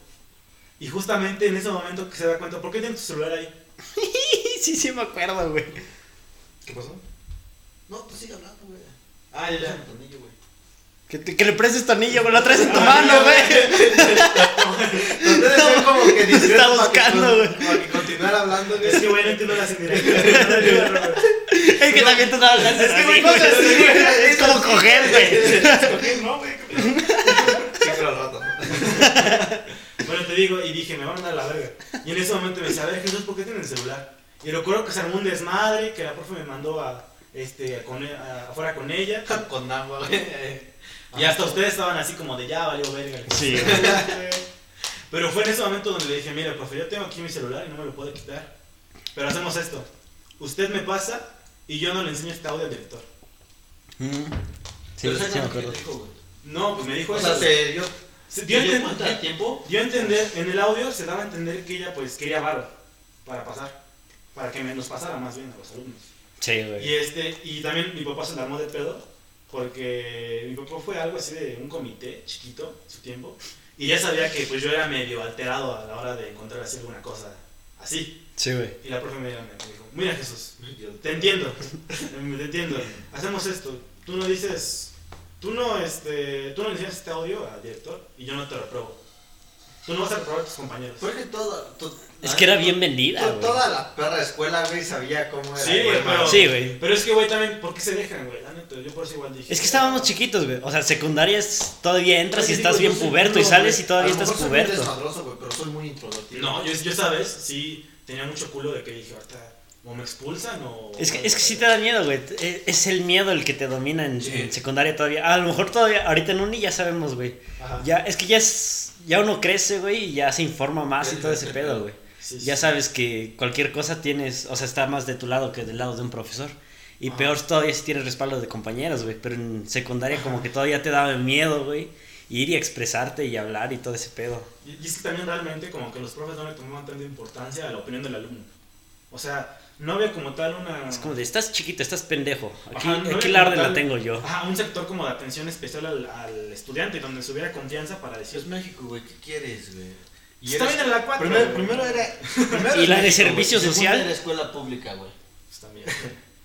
Speaker 2: Y justamente en ese momento que se da cuenta, ¿por qué tienes tu celular ahí?
Speaker 1: Sí, sí, me acuerdo, güey.
Speaker 3: ¿Qué pasó? No, tú sigue hablando, güey. Ah, ya, ya. Tornillo, güey.
Speaker 1: Que, te- que le prestes tornillo, güey, lo traes en tu
Speaker 2: Ah,
Speaker 1: mano,
Speaker 2: ya,
Speaker 1: güey.
Speaker 3: Entonces, él como que discreto
Speaker 1: Está
Speaker 3: para que
Speaker 1: buscando,
Speaker 3: con-
Speaker 1: güey.
Speaker 3: Para que continuar hablando, güey.
Speaker 2: Es que, güey, no entiendo las indirectas.
Speaker 1: Es que también tú trabajas. Es
Speaker 3: que, güey, cosas así, güey.
Speaker 1: Es como coger, güey.
Speaker 2: no, güey.
Speaker 3: Sí, pero al rato.
Speaker 2: Bueno, te digo, y dije, me van a mandar a la verga. Y en ese momento me dice, a ver, Jesús, ¿por qué tienen el celular? Y recuerdo que se armó un desmadre, que la profe me mandó a, este, a con- a- afuera con ella.
Speaker 3: Con agua, güey.
Speaker 2: Y hasta ustedes estaban así como de, ya valió verga.
Speaker 1: Sí,
Speaker 2: Pero fue en ese momento donde le dije, mira, profe, yo tengo aquí mi celular y no me lo puedo quitar. Pero hacemos esto. Usted me pasa y yo no le enseño este audio al director.
Speaker 1: Mm. Sí,
Speaker 3: Pero ¿sabes
Speaker 1: sí, me
Speaker 3: lo que
Speaker 1: acuerdo.
Speaker 3: te digo, güey?
Speaker 2: No, pues me dijo
Speaker 3: O
Speaker 2: eso.
Speaker 3: sea,
Speaker 2: güey.
Speaker 3: se dio.
Speaker 2: Se- dio a
Speaker 3: se dio
Speaker 2: enten-
Speaker 3: cuenta de tiempo?
Speaker 2: dio a entender, en el audio se daba a entender que ella pues quería varo para pasar. Para que me- nos pasara más bien a los alumnos.
Speaker 1: Sí, güey.
Speaker 2: Y este, y también mi papá se la armó de pedo, porque mi papá fue algo así de un comité chiquito, su tiempo, y ya sabía que pues yo era medio alterado a la hora de encontrar así alguna cosa así.
Speaker 1: Sí, güey.
Speaker 2: Y la profe me, me dijo, mira Jesús, te entiendo, te entiendo, hacemos esto, tú no dices, tú no, este, tú no le enseñas este audio al director y yo no te reprobo. Tú no vas a reprobar a tus compañeros.
Speaker 3: Fue que toda. to-
Speaker 1: Es que era bien vendida,
Speaker 3: to-
Speaker 1: güey.
Speaker 3: Toda la perra escuela, güey, sabía cómo era.
Speaker 2: Sí, güey,
Speaker 3: hermano.
Speaker 2: pero-
Speaker 1: Sí, güey.
Speaker 2: Pero es que, güey, también, ¿por qué se dejan, güey? La neta, yo por eso igual dije.
Speaker 1: Es que estábamos chiquitos, güey. O sea, secundaria es todavía entras y
Speaker 3: Oye,
Speaker 1: estás
Speaker 3: digo, yo
Speaker 1: bien
Speaker 3: soy
Speaker 1: puberto y
Speaker 3: burro,
Speaker 1: sales y
Speaker 3: güey.
Speaker 1: todavía
Speaker 3: A lo
Speaker 1: estás
Speaker 3: mejor soy muy
Speaker 1: puberto.
Speaker 3: desmadroso, güey, pero soy muy introvertido.
Speaker 2: No, yo, yo sabes, sí tenía mucho culo de que dije, ahorita o me expulsan o...
Speaker 1: Es que, es que sí te da miedo, güey. Es- Es el miedo el que te domina en,
Speaker 3: Sí.
Speaker 1: en secundaria todavía. A lo mejor todavía, ahorita en uni ya sabemos, güey.
Speaker 2: Ajá.
Speaker 1: Ya, es que ya es. Ya uno crece, güey, y ya se informa más y
Speaker 3: Ya,
Speaker 1: todo
Speaker 3: ya,
Speaker 1: ese
Speaker 3: ya,
Speaker 1: pedo,
Speaker 3: ya.
Speaker 1: güey.
Speaker 2: Sí, sí.
Speaker 1: Ya sabes que cualquier cosa tienes, o sea, está más de tu lado que del lado de un profesor. Y
Speaker 3: Ajá.
Speaker 1: peor todavía si tienes respaldo de compañeros, güey. Pero en secundaria como que todavía te daba miedo, güey. Ir y expresarte y hablar y todo ese pedo.
Speaker 2: Y, y es que también realmente como que los profes no le tomaban tanta importancia a la opinión del alumno. O sea, no había como tal una...
Speaker 1: Es como de, estás chiquito, estás pendejo. Aquí,
Speaker 2: Ajá, no
Speaker 1: aquí
Speaker 2: había
Speaker 1: la
Speaker 2: como
Speaker 1: orden la
Speaker 2: tal-
Speaker 1: tengo yo.
Speaker 2: Ajá, un sector como de atención especial al, al estudiante, donde se hubiera confianza para
Speaker 3: Si es
Speaker 2: decir... "Pues,
Speaker 3: México, güey, ¿qué quieres, güey? Y
Speaker 2: Está
Speaker 3: eres-
Speaker 2: bien en la cuatro,
Speaker 3: Primero,
Speaker 2: güey.
Speaker 3: primero era. primero
Speaker 1: Y
Speaker 3: era
Speaker 1: la de
Speaker 3: México,
Speaker 1: servicio
Speaker 3: güey,
Speaker 1: social.
Speaker 3: segunda Era escuela pública, güey.
Speaker 2: Pues también.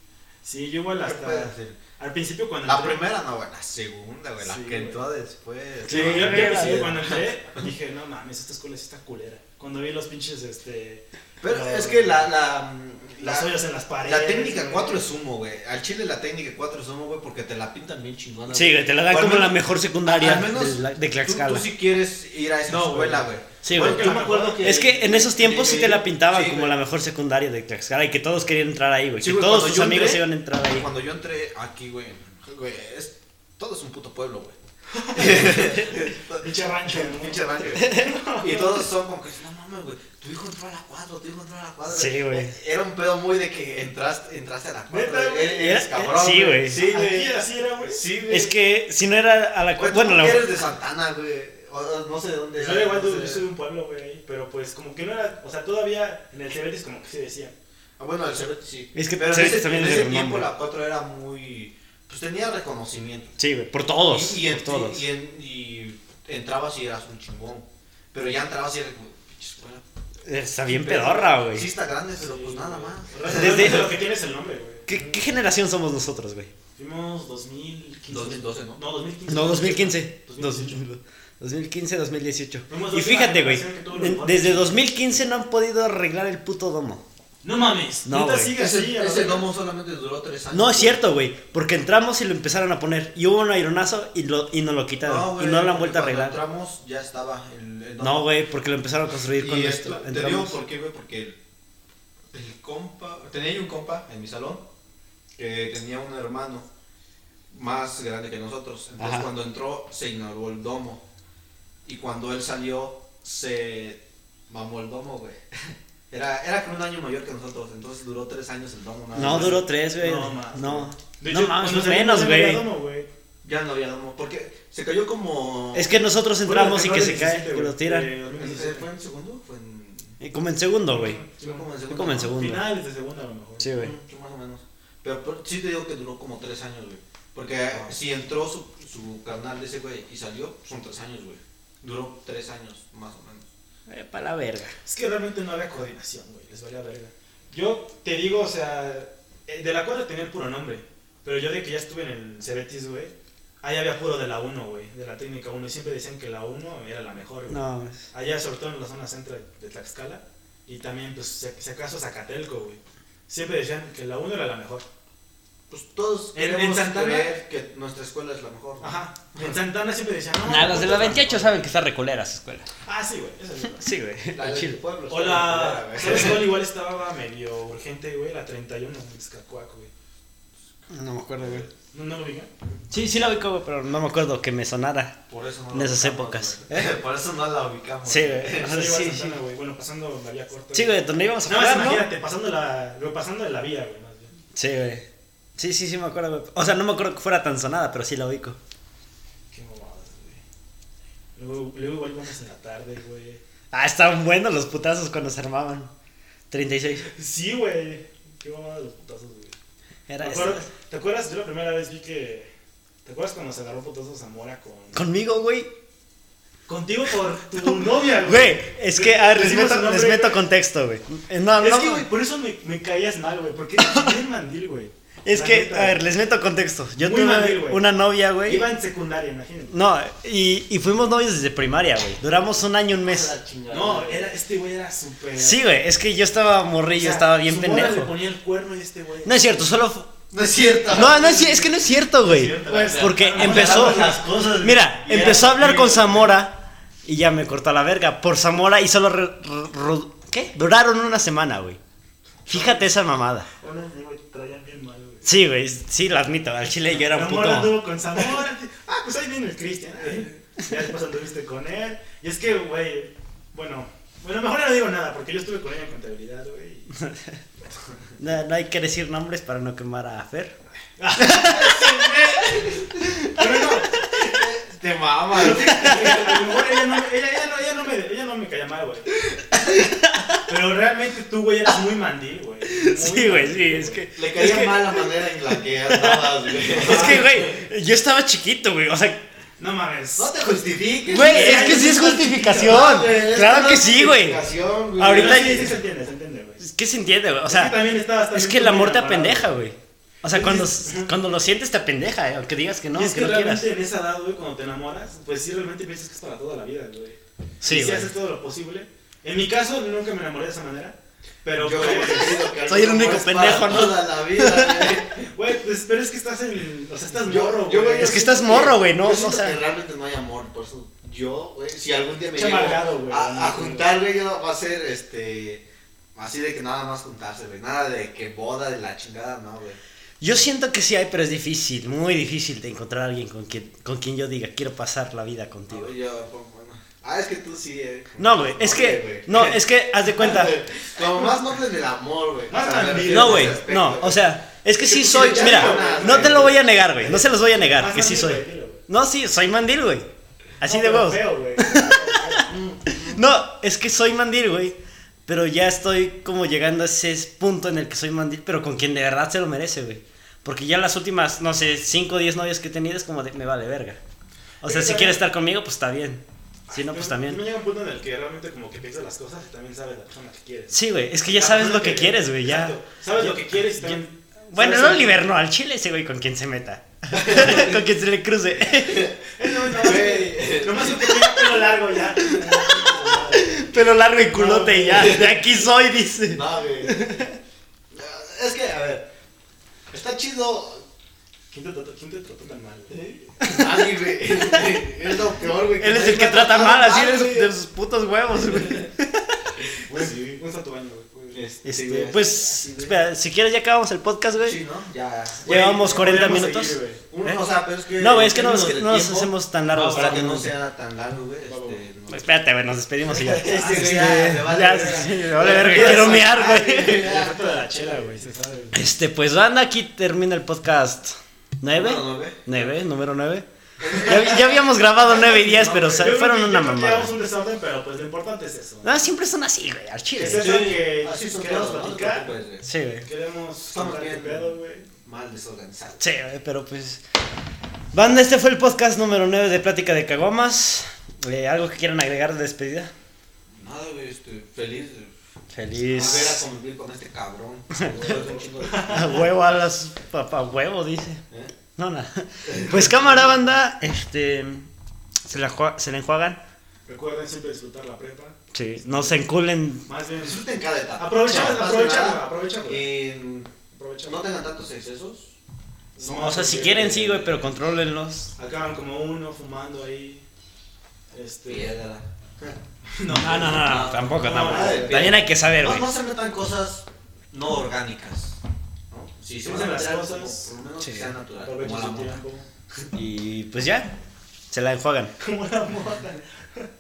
Speaker 2: Sí, yo igual
Speaker 3: ¿Qué puedes
Speaker 2: hasta...
Speaker 3: hacer?
Speaker 2: Al principio cuando...
Speaker 3: pues, La
Speaker 2: entré-
Speaker 3: primera no, güey, la segunda, güey, la
Speaker 2: Sí,
Speaker 3: que
Speaker 2: güey.
Speaker 3: entró después.
Speaker 2: Sí, yo, yo al principio cuando entré dije, no mames, esta escuela sí está culera. Cuando vi los pinches, este...
Speaker 3: Pero
Speaker 2: los-
Speaker 3: es que la. la
Speaker 2: Las
Speaker 3: la-
Speaker 2: ollas en las paredes.
Speaker 3: La técnica
Speaker 2: güey.
Speaker 3: 4 es humo, güey. Al chile la técnica 4 es humo, güey, porque te la pintan bien chingona.
Speaker 1: Sí, güey, te la dan
Speaker 3: O al
Speaker 1: como
Speaker 3: menos-
Speaker 1: la mejor secundaria
Speaker 3: Al menos
Speaker 1: de, la- de
Speaker 3: Tú,
Speaker 1: Tlaxcala.
Speaker 3: tú sí quieres ir a esa
Speaker 2: No, güey.
Speaker 3: escuela, güey.
Speaker 1: Sí,
Speaker 3: Bueno,
Speaker 2: güey.
Speaker 3: Yo me acuerdo que.
Speaker 1: Es que en esos tiempos sí te la pintaban
Speaker 3: Sí,
Speaker 1: como
Speaker 3: güey.
Speaker 1: la mejor secundaria de Tlaxcala y que todos querían entrar ahí, güey.
Speaker 3: Sí,
Speaker 1: que
Speaker 3: güey,
Speaker 1: todos
Speaker 3: cuando
Speaker 1: tus
Speaker 3: yo
Speaker 1: amigos
Speaker 3: entré-
Speaker 1: iban a entrar ahí.
Speaker 3: Cuando yo entré aquí, güey, güey, es, todo es un puto pueblo, güey.
Speaker 2: Pinche rancho, ¿no?
Speaker 3: Pinche rancho, güey. Y todos son como que, no mames, güey, tu hijo entró a la cuadra, tu hijo entró a la cuadra.
Speaker 1: Sí, güey.
Speaker 3: Era un pedo muy de que entraste, entraste a la cuadra.
Speaker 2: Neta,
Speaker 3: güey.
Speaker 2: güey.
Speaker 3: Eres
Speaker 1: Era-
Speaker 3: cabrón.
Speaker 1: sí, güey.
Speaker 3: Sí,
Speaker 2: Aquí
Speaker 3: güey.
Speaker 2: así era, güey.
Speaker 3: Sí, güey.
Speaker 1: Es que si no era a la cual.
Speaker 3: Güey, pues, tú
Speaker 1: Bueno, la-
Speaker 3: porque eres de Santana, güey. O- o No sé de dónde.
Speaker 2: Yo era igual,
Speaker 3: no sé.
Speaker 2: yo soy de un pueblo, güey, ahí, pero pues como que no era, o sea, todavía en el Cebetis como que se decía.
Speaker 3: Ah, bueno, el Cebetis sí.
Speaker 1: Es que
Speaker 3: Pero en
Speaker 1: Cebetis
Speaker 3: ese,
Speaker 1: también
Speaker 3: en
Speaker 1: es
Speaker 3: ese
Speaker 1: de
Speaker 3: tiempo
Speaker 1: renombre.
Speaker 3: la 4 era muy. Pues tenía reconocimiento.
Speaker 1: Sí, güey, por todos.
Speaker 3: Y, y, en-
Speaker 1: por todos.
Speaker 3: y en- y entrabas y eras un chingón. Pero ya entrabas y eras como, pinche escuela.
Speaker 1: Está bien pedorra, güey.
Speaker 3: Sí, está grande, pero pues nada más.
Speaker 1: Desde-
Speaker 2: Desde lo que tienes el nombre, güey.
Speaker 1: ¿Qué, qué generación somos nosotros, güey?
Speaker 2: Fuimos 2015.
Speaker 3: 2012, ¿no?
Speaker 2: No, 2015.
Speaker 1: No, 2015.
Speaker 2: 2018.
Speaker 1: 2015, 2018.
Speaker 2: Fuimos la
Speaker 1: Y
Speaker 2: última
Speaker 1: fíjate, güey.
Speaker 2: generación que tuvo los
Speaker 1: en-
Speaker 2: cuatro.
Speaker 1: Desde 2015 no han podido arreglar el puto domo.
Speaker 2: No mames,
Speaker 1: No,
Speaker 2: neta
Speaker 1: güey.
Speaker 2: sigue así.
Speaker 3: Ese,
Speaker 2: a la
Speaker 3: ese
Speaker 2: verga.
Speaker 3: domo solamente duró tres años.
Speaker 1: No, es cierto, güey. Porque entramos y lo empezaron a poner. Y hubo un aironazo y, lo, y nos lo quitaron.
Speaker 3: güey,
Speaker 1: y no lo han
Speaker 3: porque
Speaker 1: vuelto a
Speaker 3: cuando
Speaker 1: arreglar.
Speaker 3: entramos ya estaba el, el domo.
Speaker 1: No, güey, porque lo empezaron a construir con
Speaker 3: Y
Speaker 1: esto.
Speaker 3: esto- te digo
Speaker 1: Entramos.
Speaker 3: por qué, güey, porque el, el compa, tenía yo un compa en mi salón que tenía un hermano más grande que nosotros. Entonces
Speaker 1: Ajá.
Speaker 3: cuando entró se inauguró el domo y cuando él salió se mamó el domo, güey. Era, era con un año mayor que nosotros, entonces duró tres años el domo. nada
Speaker 1: No,
Speaker 3: más.
Speaker 1: duró tres, güey.
Speaker 2: No, más,
Speaker 1: No.
Speaker 2: De
Speaker 1: No
Speaker 2: hecho,
Speaker 1: mames,
Speaker 2: cuando
Speaker 1: no menos,
Speaker 2: salimos del
Speaker 1: güey.
Speaker 2: domo, güey.
Speaker 3: Ya no había domo, porque se cayó como...
Speaker 1: Es que nosotros
Speaker 2: Fue
Speaker 1: entramos y
Speaker 2: lo
Speaker 1: que se
Speaker 2: 2017,
Speaker 1: cae, que
Speaker 2: güey,
Speaker 1: lo tiran.
Speaker 2: de
Speaker 3: ¿Fue
Speaker 2: 2017.
Speaker 3: fue en segundo? Fue en...
Speaker 1: Y Como en segundo, güey.
Speaker 3: Fue como en
Speaker 1: Fue
Speaker 3: segundo.
Speaker 1: como en
Speaker 3: ¿no?
Speaker 1: segundo.
Speaker 2: Finales de segunda a lo mejor.
Speaker 1: Sí, güey.
Speaker 3: Mm, Más o menos. Pero, por- sí te digo que duró como tres años, güey. Porque
Speaker 1: Ah.
Speaker 3: eh, si entró su, su canal de ese güey y salió, son tres años, güey. Duró tres años, más o menos.
Speaker 1: Eh, pa' la verga.
Speaker 2: Es que realmente no había coordinación, güey. Les valía verga. Yo te digo, o sea, eh, de la cuadra tenía el puro nombre. Pero yo de que ya estuve en el Cebetis, güey, ahí había puro de la 1, güey, de la técnica 1. Y siempre decían que la 1 era la mejor, güey.
Speaker 1: No, es-
Speaker 2: Allá, sobre todo en la zona centro de- de Tlaxcala. Y también, pues, si, si acaso Zacatelco, güey. Siempre decían que la 1 era la mejor.
Speaker 3: Pues todos
Speaker 2: En- en
Speaker 3: queremos
Speaker 2: Santana-
Speaker 3: creer que nuestra escuela es la mejor. ¿no?
Speaker 2: Ajá. En Santana siempre decían. No,
Speaker 1: Nah, los de la
Speaker 2: puta,
Speaker 1: 28
Speaker 2: mejor".
Speaker 1: saben que está recolera su escuela.
Speaker 2: Ah, sí, güey. Esa es otra.
Speaker 1: Sí, güey.
Speaker 3: La
Speaker 1: al
Speaker 3: del
Speaker 1: chile.
Speaker 3: pueblo. está culera,
Speaker 2: Hola,
Speaker 3: güey.
Speaker 2: ¿sabes cuál igual estaba medio urgente, güey? La 31 en Izcacuac, güey.
Speaker 1: No me acuerdo, güey.
Speaker 2: ¿No, no lo ¿eh? ubican?
Speaker 1: Sí, sí la ubico, güey, pero no me acuerdo que me sonara.
Speaker 3: Por eso no
Speaker 1: En
Speaker 3: la
Speaker 1: esas
Speaker 3: ubicamos,
Speaker 1: épocas. Eh.
Speaker 3: güey. Por eso no la ubicamos.
Speaker 1: Sí, güey.
Speaker 2: Ah,
Speaker 1: Ah,
Speaker 2: sí,
Speaker 1: sí,
Speaker 2: igual Santana, güey. Bueno, pasando la vía corta.
Speaker 1: Sí, güey, donde íbamos a
Speaker 2: Nada más
Speaker 1: jugar, ¿no?
Speaker 2: imagínate, pasando la, lo- pasando de la vía, güey, más bien.
Speaker 1: Sí, güey. Sí, sí, sí me acuerdo, güey. O sea, no me acuerdo que fuera tan sonada, pero sí la ubico.
Speaker 2: Qué mamadas, güey. Luego, luego igual vamos en la tarde, güey.
Speaker 1: Ah, estaban buenos los putazos cuando se armaban. 36.
Speaker 2: Sí, güey. Qué mamadas los putazos, güey.
Speaker 1: Era
Speaker 2: ¿Te acuerdas, ¿Te acuerdas? Yo la primera vez vi que... ¿Te acuerdas cuando se agarró putazos Zamora con...
Speaker 1: Conmigo, güey.
Speaker 2: Contigo por tu novia,
Speaker 1: Güey, es que a ver, les
Speaker 2: Decimos
Speaker 1: meto,
Speaker 2: su nombre.
Speaker 1: les meto contexto, güey. Eh, No,
Speaker 2: Es
Speaker 1: no,
Speaker 2: que, güey, por eso me, me caías mal, güey. Porque eres bien mandil, güey.
Speaker 1: es
Speaker 2: La
Speaker 1: que,
Speaker 2: neta,
Speaker 1: a ver, les meto contexto. Yo
Speaker 2: Muy
Speaker 1: tuve
Speaker 2: mandil, güey.
Speaker 1: una novia, güey.
Speaker 2: Iba en secundaria, imagínate.
Speaker 1: No, y, y fuimos novios desde primaria, güey. Duramos un año, un
Speaker 2: Ah,
Speaker 1: mes.
Speaker 3: La chingada.
Speaker 2: No, era, este güey era súper.
Speaker 1: Sí, güey, es que yo estaba morrillo,
Speaker 2: sea,
Speaker 1: estaba bien
Speaker 2: su morra
Speaker 1: pendejo.
Speaker 2: le ponía el cuerno y este güey.
Speaker 1: No es cierto, solo. fu-
Speaker 3: No es cierto.
Speaker 1: No, no es, ci- es que no es cierto, güey.
Speaker 2: cierto.
Speaker 3: Pues,
Speaker 1: Porque
Speaker 3: no,
Speaker 1: empezó.
Speaker 3: no, las cosas, güey.
Speaker 1: Mira,
Speaker 2: Y era
Speaker 1: empezó a hablar
Speaker 2: conmigo.
Speaker 1: con Zamora y ya me cortó la verga por Zamora y solo. re- ru- ru- ¿Qué? Duraron una semana, güey. Fíjate esa mamada.
Speaker 2: Ahora sí, güey, te traían bien mal, güey.
Speaker 1: Sí, güey, sí, lo admito. Al chile yo era un
Speaker 2: La morra
Speaker 1: puto.
Speaker 2: anduvo con Zamora. Ah, pues ahí viene el Cristian. ay. Ya después anduviste con él. Y es que, güey, bueno. Bueno, mejor no digo nada, porque yo estuve con ella en contabilidad, güey.
Speaker 1: No, no hay que decir nombres para no quemar a Fer.
Speaker 2: Pero no,
Speaker 3: Te mamas.
Speaker 2: Pero fíjate que a lo mejor ella no, ella, ella no, ella no me, ella no me caía mal, güey. Pero realmente tú, güey, eres muy mandil, güey. Muy
Speaker 1: Sí, güey,
Speaker 2: mandil,
Speaker 1: sí, es que.
Speaker 3: Le caía
Speaker 1: es que-
Speaker 3: mal la manera en la que andabas, güey.
Speaker 1: Es que, güey, yo estaba chiquito, güey. O sea,
Speaker 2: No mames.
Speaker 3: No te justifiques.
Speaker 1: güey, es que sí es
Speaker 3: No,
Speaker 1: justificación.
Speaker 3: güey, es
Speaker 1: Claro
Speaker 3: una
Speaker 1: que sí, güey.
Speaker 3: justificación,
Speaker 1: Ahorita-
Speaker 2: Pero sí, sí se entiende, se entiende, güey.
Speaker 1: Es que se entiende, güey. O
Speaker 2: es que
Speaker 1: sea,
Speaker 2: también estabas
Speaker 1: es
Speaker 2: también
Speaker 1: que el
Speaker 2: muy
Speaker 1: amor te
Speaker 2: enamorado.
Speaker 1: apendeja, güey. O sea, cuando,
Speaker 2: Entonces-
Speaker 1: cuando lo sientes te apendeja, eh, aunque digas que no,
Speaker 2: y es que,
Speaker 1: que no
Speaker 2: realmente
Speaker 1: quieras.
Speaker 2: en esa edad, güey, cuando te enamoras, pues sí, realmente piensas que es para toda la vida, güey.
Speaker 1: Sí,
Speaker 2: y si
Speaker 1: güey.
Speaker 2: haces todo lo posible. En mi caso, nunca me enamoré de esa manera. Pero,
Speaker 3: Yo
Speaker 2: pues,
Speaker 3: creo que
Speaker 1: Soy el único
Speaker 3: es para
Speaker 1: pendejo, ¿no?
Speaker 3: Toda la vida,
Speaker 2: güey, pues, pero es que estás en. O sea, estás
Speaker 3: güey.
Speaker 2: morro, güey.
Speaker 3: güey, yo
Speaker 1: Es que
Speaker 3: siento
Speaker 1: estás morro, güey, no-
Speaker 3: yo
Speaker 1: no,
Speaker 3: siento
Speaker 1: o sea-
Speaker 3: que realmente no hay amor, por eso yo, güey, si algún día me
Speaker 2: Pinche
Speaker 3: llego
Speaker 2: amargado, güey.
Speaker 3: a, a juntar, güey, yo va a ser, este, así de que nada más juntarse, güey, nada de que boda de la chingada, no, güey.
Speaker 1: Yo siento que sí hay, pero es difícil, muy difícil de encontrar a alguien con quien, con quien yo diga, quiero pasar la vida
Speaker 3: No,
Speaker 1: contigo.
Speaker 3: güey, yo, bueno, ah, es que tú sí, eh.
Speaker 1: No, güey, es que, no, es que, haz de cuenta.
Speaker 3: Como más noble del amor, güey.
Speaker 2: Más
Speaker 3: O sea, me
Speaker 2: bandido.
Speaker 3: refiero
Speaker 1: No,
Speaker 3: en
Speaker 1: güey,
Speaker 3: ese aspecto,
Speaker 1: no,
Speaker 3: güey.
Speaker 1: o sea, es que sí
Speaker 3: Porque
Speaker 1: soy,
Speaker 3: ya
Speaker 1: mira,
Speaker 3: digo nada,
Speaker 1: no te lo
Speaker 3: güey.
Speaker 1: voy a negar, güey, no se los voy a negar,
Speaker 2: Más
Speaker 1: que sí
Speaker 2: mandil,
Speaker 1: soy.
Speaker 2: güey, dilo, güey.
Speaker 1: No, sí, soy mandil, güey. Así
Speaker 2: No,
Speaker 1: de
Speaker 2: pero
Speaker 1: huevos.
Speaker 2: feo, güey.
Speaker 1: No, es que soy mandil, güey. Pero ya estoy como llegando a ese punto en el que soy mandil, pero con quien de verdad se lo merece, güey. Porque ya las últimas, no sé, 5 o 10 novias que he tenido es como de, me vale verga. O
Speaker 2: Pero
Speaker 1: sea, si
Speaker 2: también-
Speaker 1: quiere estar conmigo, pues está bien. Si no,
Speaker 2: Pero
Speaker 1: pues
Speaker 2: Me
Speaker 1: también.
Speaker 2: llega un punto en el que realmente como que piensas las cosas y también sabes la persona que quieres.
Speaker 1: Sí, güey, es que ya
Speaker 2: La
Speaker 1: sabes
Speaker 2: persona
Speaker 1: lo que quieres, güey, ya.
Speaker 2: Exacto. Sabes
Speaker 1: Ya-
Speaker 2: lo que quieres y
Speaker 1: ya-
Speaker 2: también...
Speaker 1: Bueno,
Speaker 2: sabes
Speaker 1: no
Speaker 2: lo que-
Speaker 1: liberno al chile ese güey con quien se meta. con quien se le cruce.
Speaker 2: Eh, no, no, no,
Speaker 3: Güey.
Speaker 2: Nomás se te queda pelo largo ya.
Speaker 1: Pelo largo y culote
Speaker 3: No,
Speaker 1: y ya. De aquí soy, dice.
Speaker 3: No, güey. Es que, a ver. Está chido.
Speaker 2: ¿Quién te trató, quién te trató tan mal? güey?
Speaker 3: Nadie, güey. Es lo peor, güey.
Speaker 1: Él es
Speaker 3: nadie
Speaker 1: el que
Speaker 3: me ha
Speaker 1: trata
Speaker 3: tratado
Speaker 1: mal, así de,
Speaker 3: güey.
Speaker 1: sus- de sus putos huevos, güey.
Speaker 3: Güey,
Speaker 2: Sí, ¿Cómo está tu baño, güey?
Speaker 3: Este,
Speaker 1: Este,
Speaker 3: güey,
Speaker 1: pues,
Speaker 3: así, güey.
Speaker 1: espera, si quieres ya acabamos el podcast, güey.
Speaker 3: Sí, ¿no? Ya.
Speaker 2: Güey,
Speaker 1: Llevamos
Speaker 2: no
Speaker 1: 40
Speaker 2: podemos
Speaker 1: minutos.
Speaker 2: seguir, güey.
Speaker 3: Uno,
Speaker 1: ¿Eh?
Speaker 3: o sea, pero es que.
Speaker 1: no, güey, es que no,
Speaker 3: en
Speaker 1: es que
Speaker 3: términos
Speaker 1: no
Speaker 3: de
Speaker 1: nos
Speaker 3: tiempo,
Speaker 1: hacemos tan largos.
Speaker 2: Vamos,
Speaker 3: Para que
Speaker 1: tan-
Speaker 3: no sea tan largo, güey. Este, no.
Speaker 1: Espérate, güey, nos despedimos y ya.
Speaker 3: Este,
Speaker 1: Ah,
Speaker 3: güey,
Speaker 1: sí,
Speaker 3: ya, me vale
Speaker 1: ya,
Speaker 3: verga.
Speaker 1: sí, me vale verga, quiero mear, güey.
Speaker 2: El efecto de la chela, güey, se sabe.
Speaker 1: Este, pues van aquí termina el podcast 9.
Speaker 3: Número nueve.
Speaker 1: 9, número 9. Ya, ya habíamos grabado 9 y 10, pero
Speaker 2: Yo
Speaker 1: sa-
Speaker 2: creo
Speaker 1: fueron
Speaker 2: que-
Speaker 1: una
Speaker 2: yo creo que
Speaker 1: mamada.
Speaker 2: Llevamos un desorden, pero pues lo importante es eso.
Speaker 1: No, siempre son así, güey, al
Speaker 2: Es
Speaker 1: chile.
Speaker 2: eso que
Speaker 3: Así son
Speaker 2: queremos
Speaker 3: todos, no te
Speaker 2: platicar.
Speaker 3: preocupes, güey.
Speaker 1: Sí, güey.
Speaker 2: Queremos
Speaker 3: Estamos
Speaker 2: contar
Speaker 3: bien.
Speaker 2: tu pedo, güey.
Speaker 3: Mal desorganizado.
Speaker 1: Sí, güey, pero pues. Banda, este fue el podcast número 9 de Plática de Caguamas. Eh, ¿Algo que quieran agregar de despedida?
Speaker 3: Nada, güey, estoy feliz. de volver a
Speaker 1: Feliz.
Speaker 3: convivir con este cabrón. Es un chingo de-
Speaker 1: A huevo a las. Papá, huevo, dice.
Speaker 3: ¿Eh?
Speaker 1: No, nada. Pues cámara, banda. Este. Se la, jua- se la enjuagan.
Speaker 2: Recuerden siempre disfrutar la prepa.
Speaker 1: Sí. No se enculen.
Speaker 2: Más bien.
Speaker 3: Disfruten cada etapa.
Speaker 2: Aprovecharla,
Speaker 3: No pasa
Speaker 2: aprovecharla,
Speaker 3: nada.
Speaker 2: aprovecharla.
Speaker 3: Eh,
Speaker 2: Aprovecharla.
Speaker 3: no tengan tantos excesos.
Speaker 2: No,
Speaker 1: O sea, si
Speaker 2: porque-
Speaker 1: quieren, sí, güey, pero contrólenlos.
Speaker 2: Acaban como uno fumando ahí. Este.
Speaker 3: Piedra.
Speaker 1: No, no, no, no, tampoco,
Speaker 2: No,
Speaker 1: tampoco.
Speaker 3: nada de piedra.
Speaker 1: También hay que saber,
Speaker 3: No,
Speaker 1: güey.
Speaker 3: no se metan cosas no orgánicas. ¿no? Si se van a
Speaker 2: Usen las
Speaker 3: meter algo,
Speaker 2: cosas,
Speaker 3: por lo menos
Speaker 1: sí.
Speaker 3: que sea natural. Como
Speaker 2: Aprovechen
Speaker 3: la
Speaker 2: su
Speaker 3: mota.
Speaker 2: tiempo.
Speaker 1: Y pues ya. Se la enjuagan.
Speaker 2: Como la mota.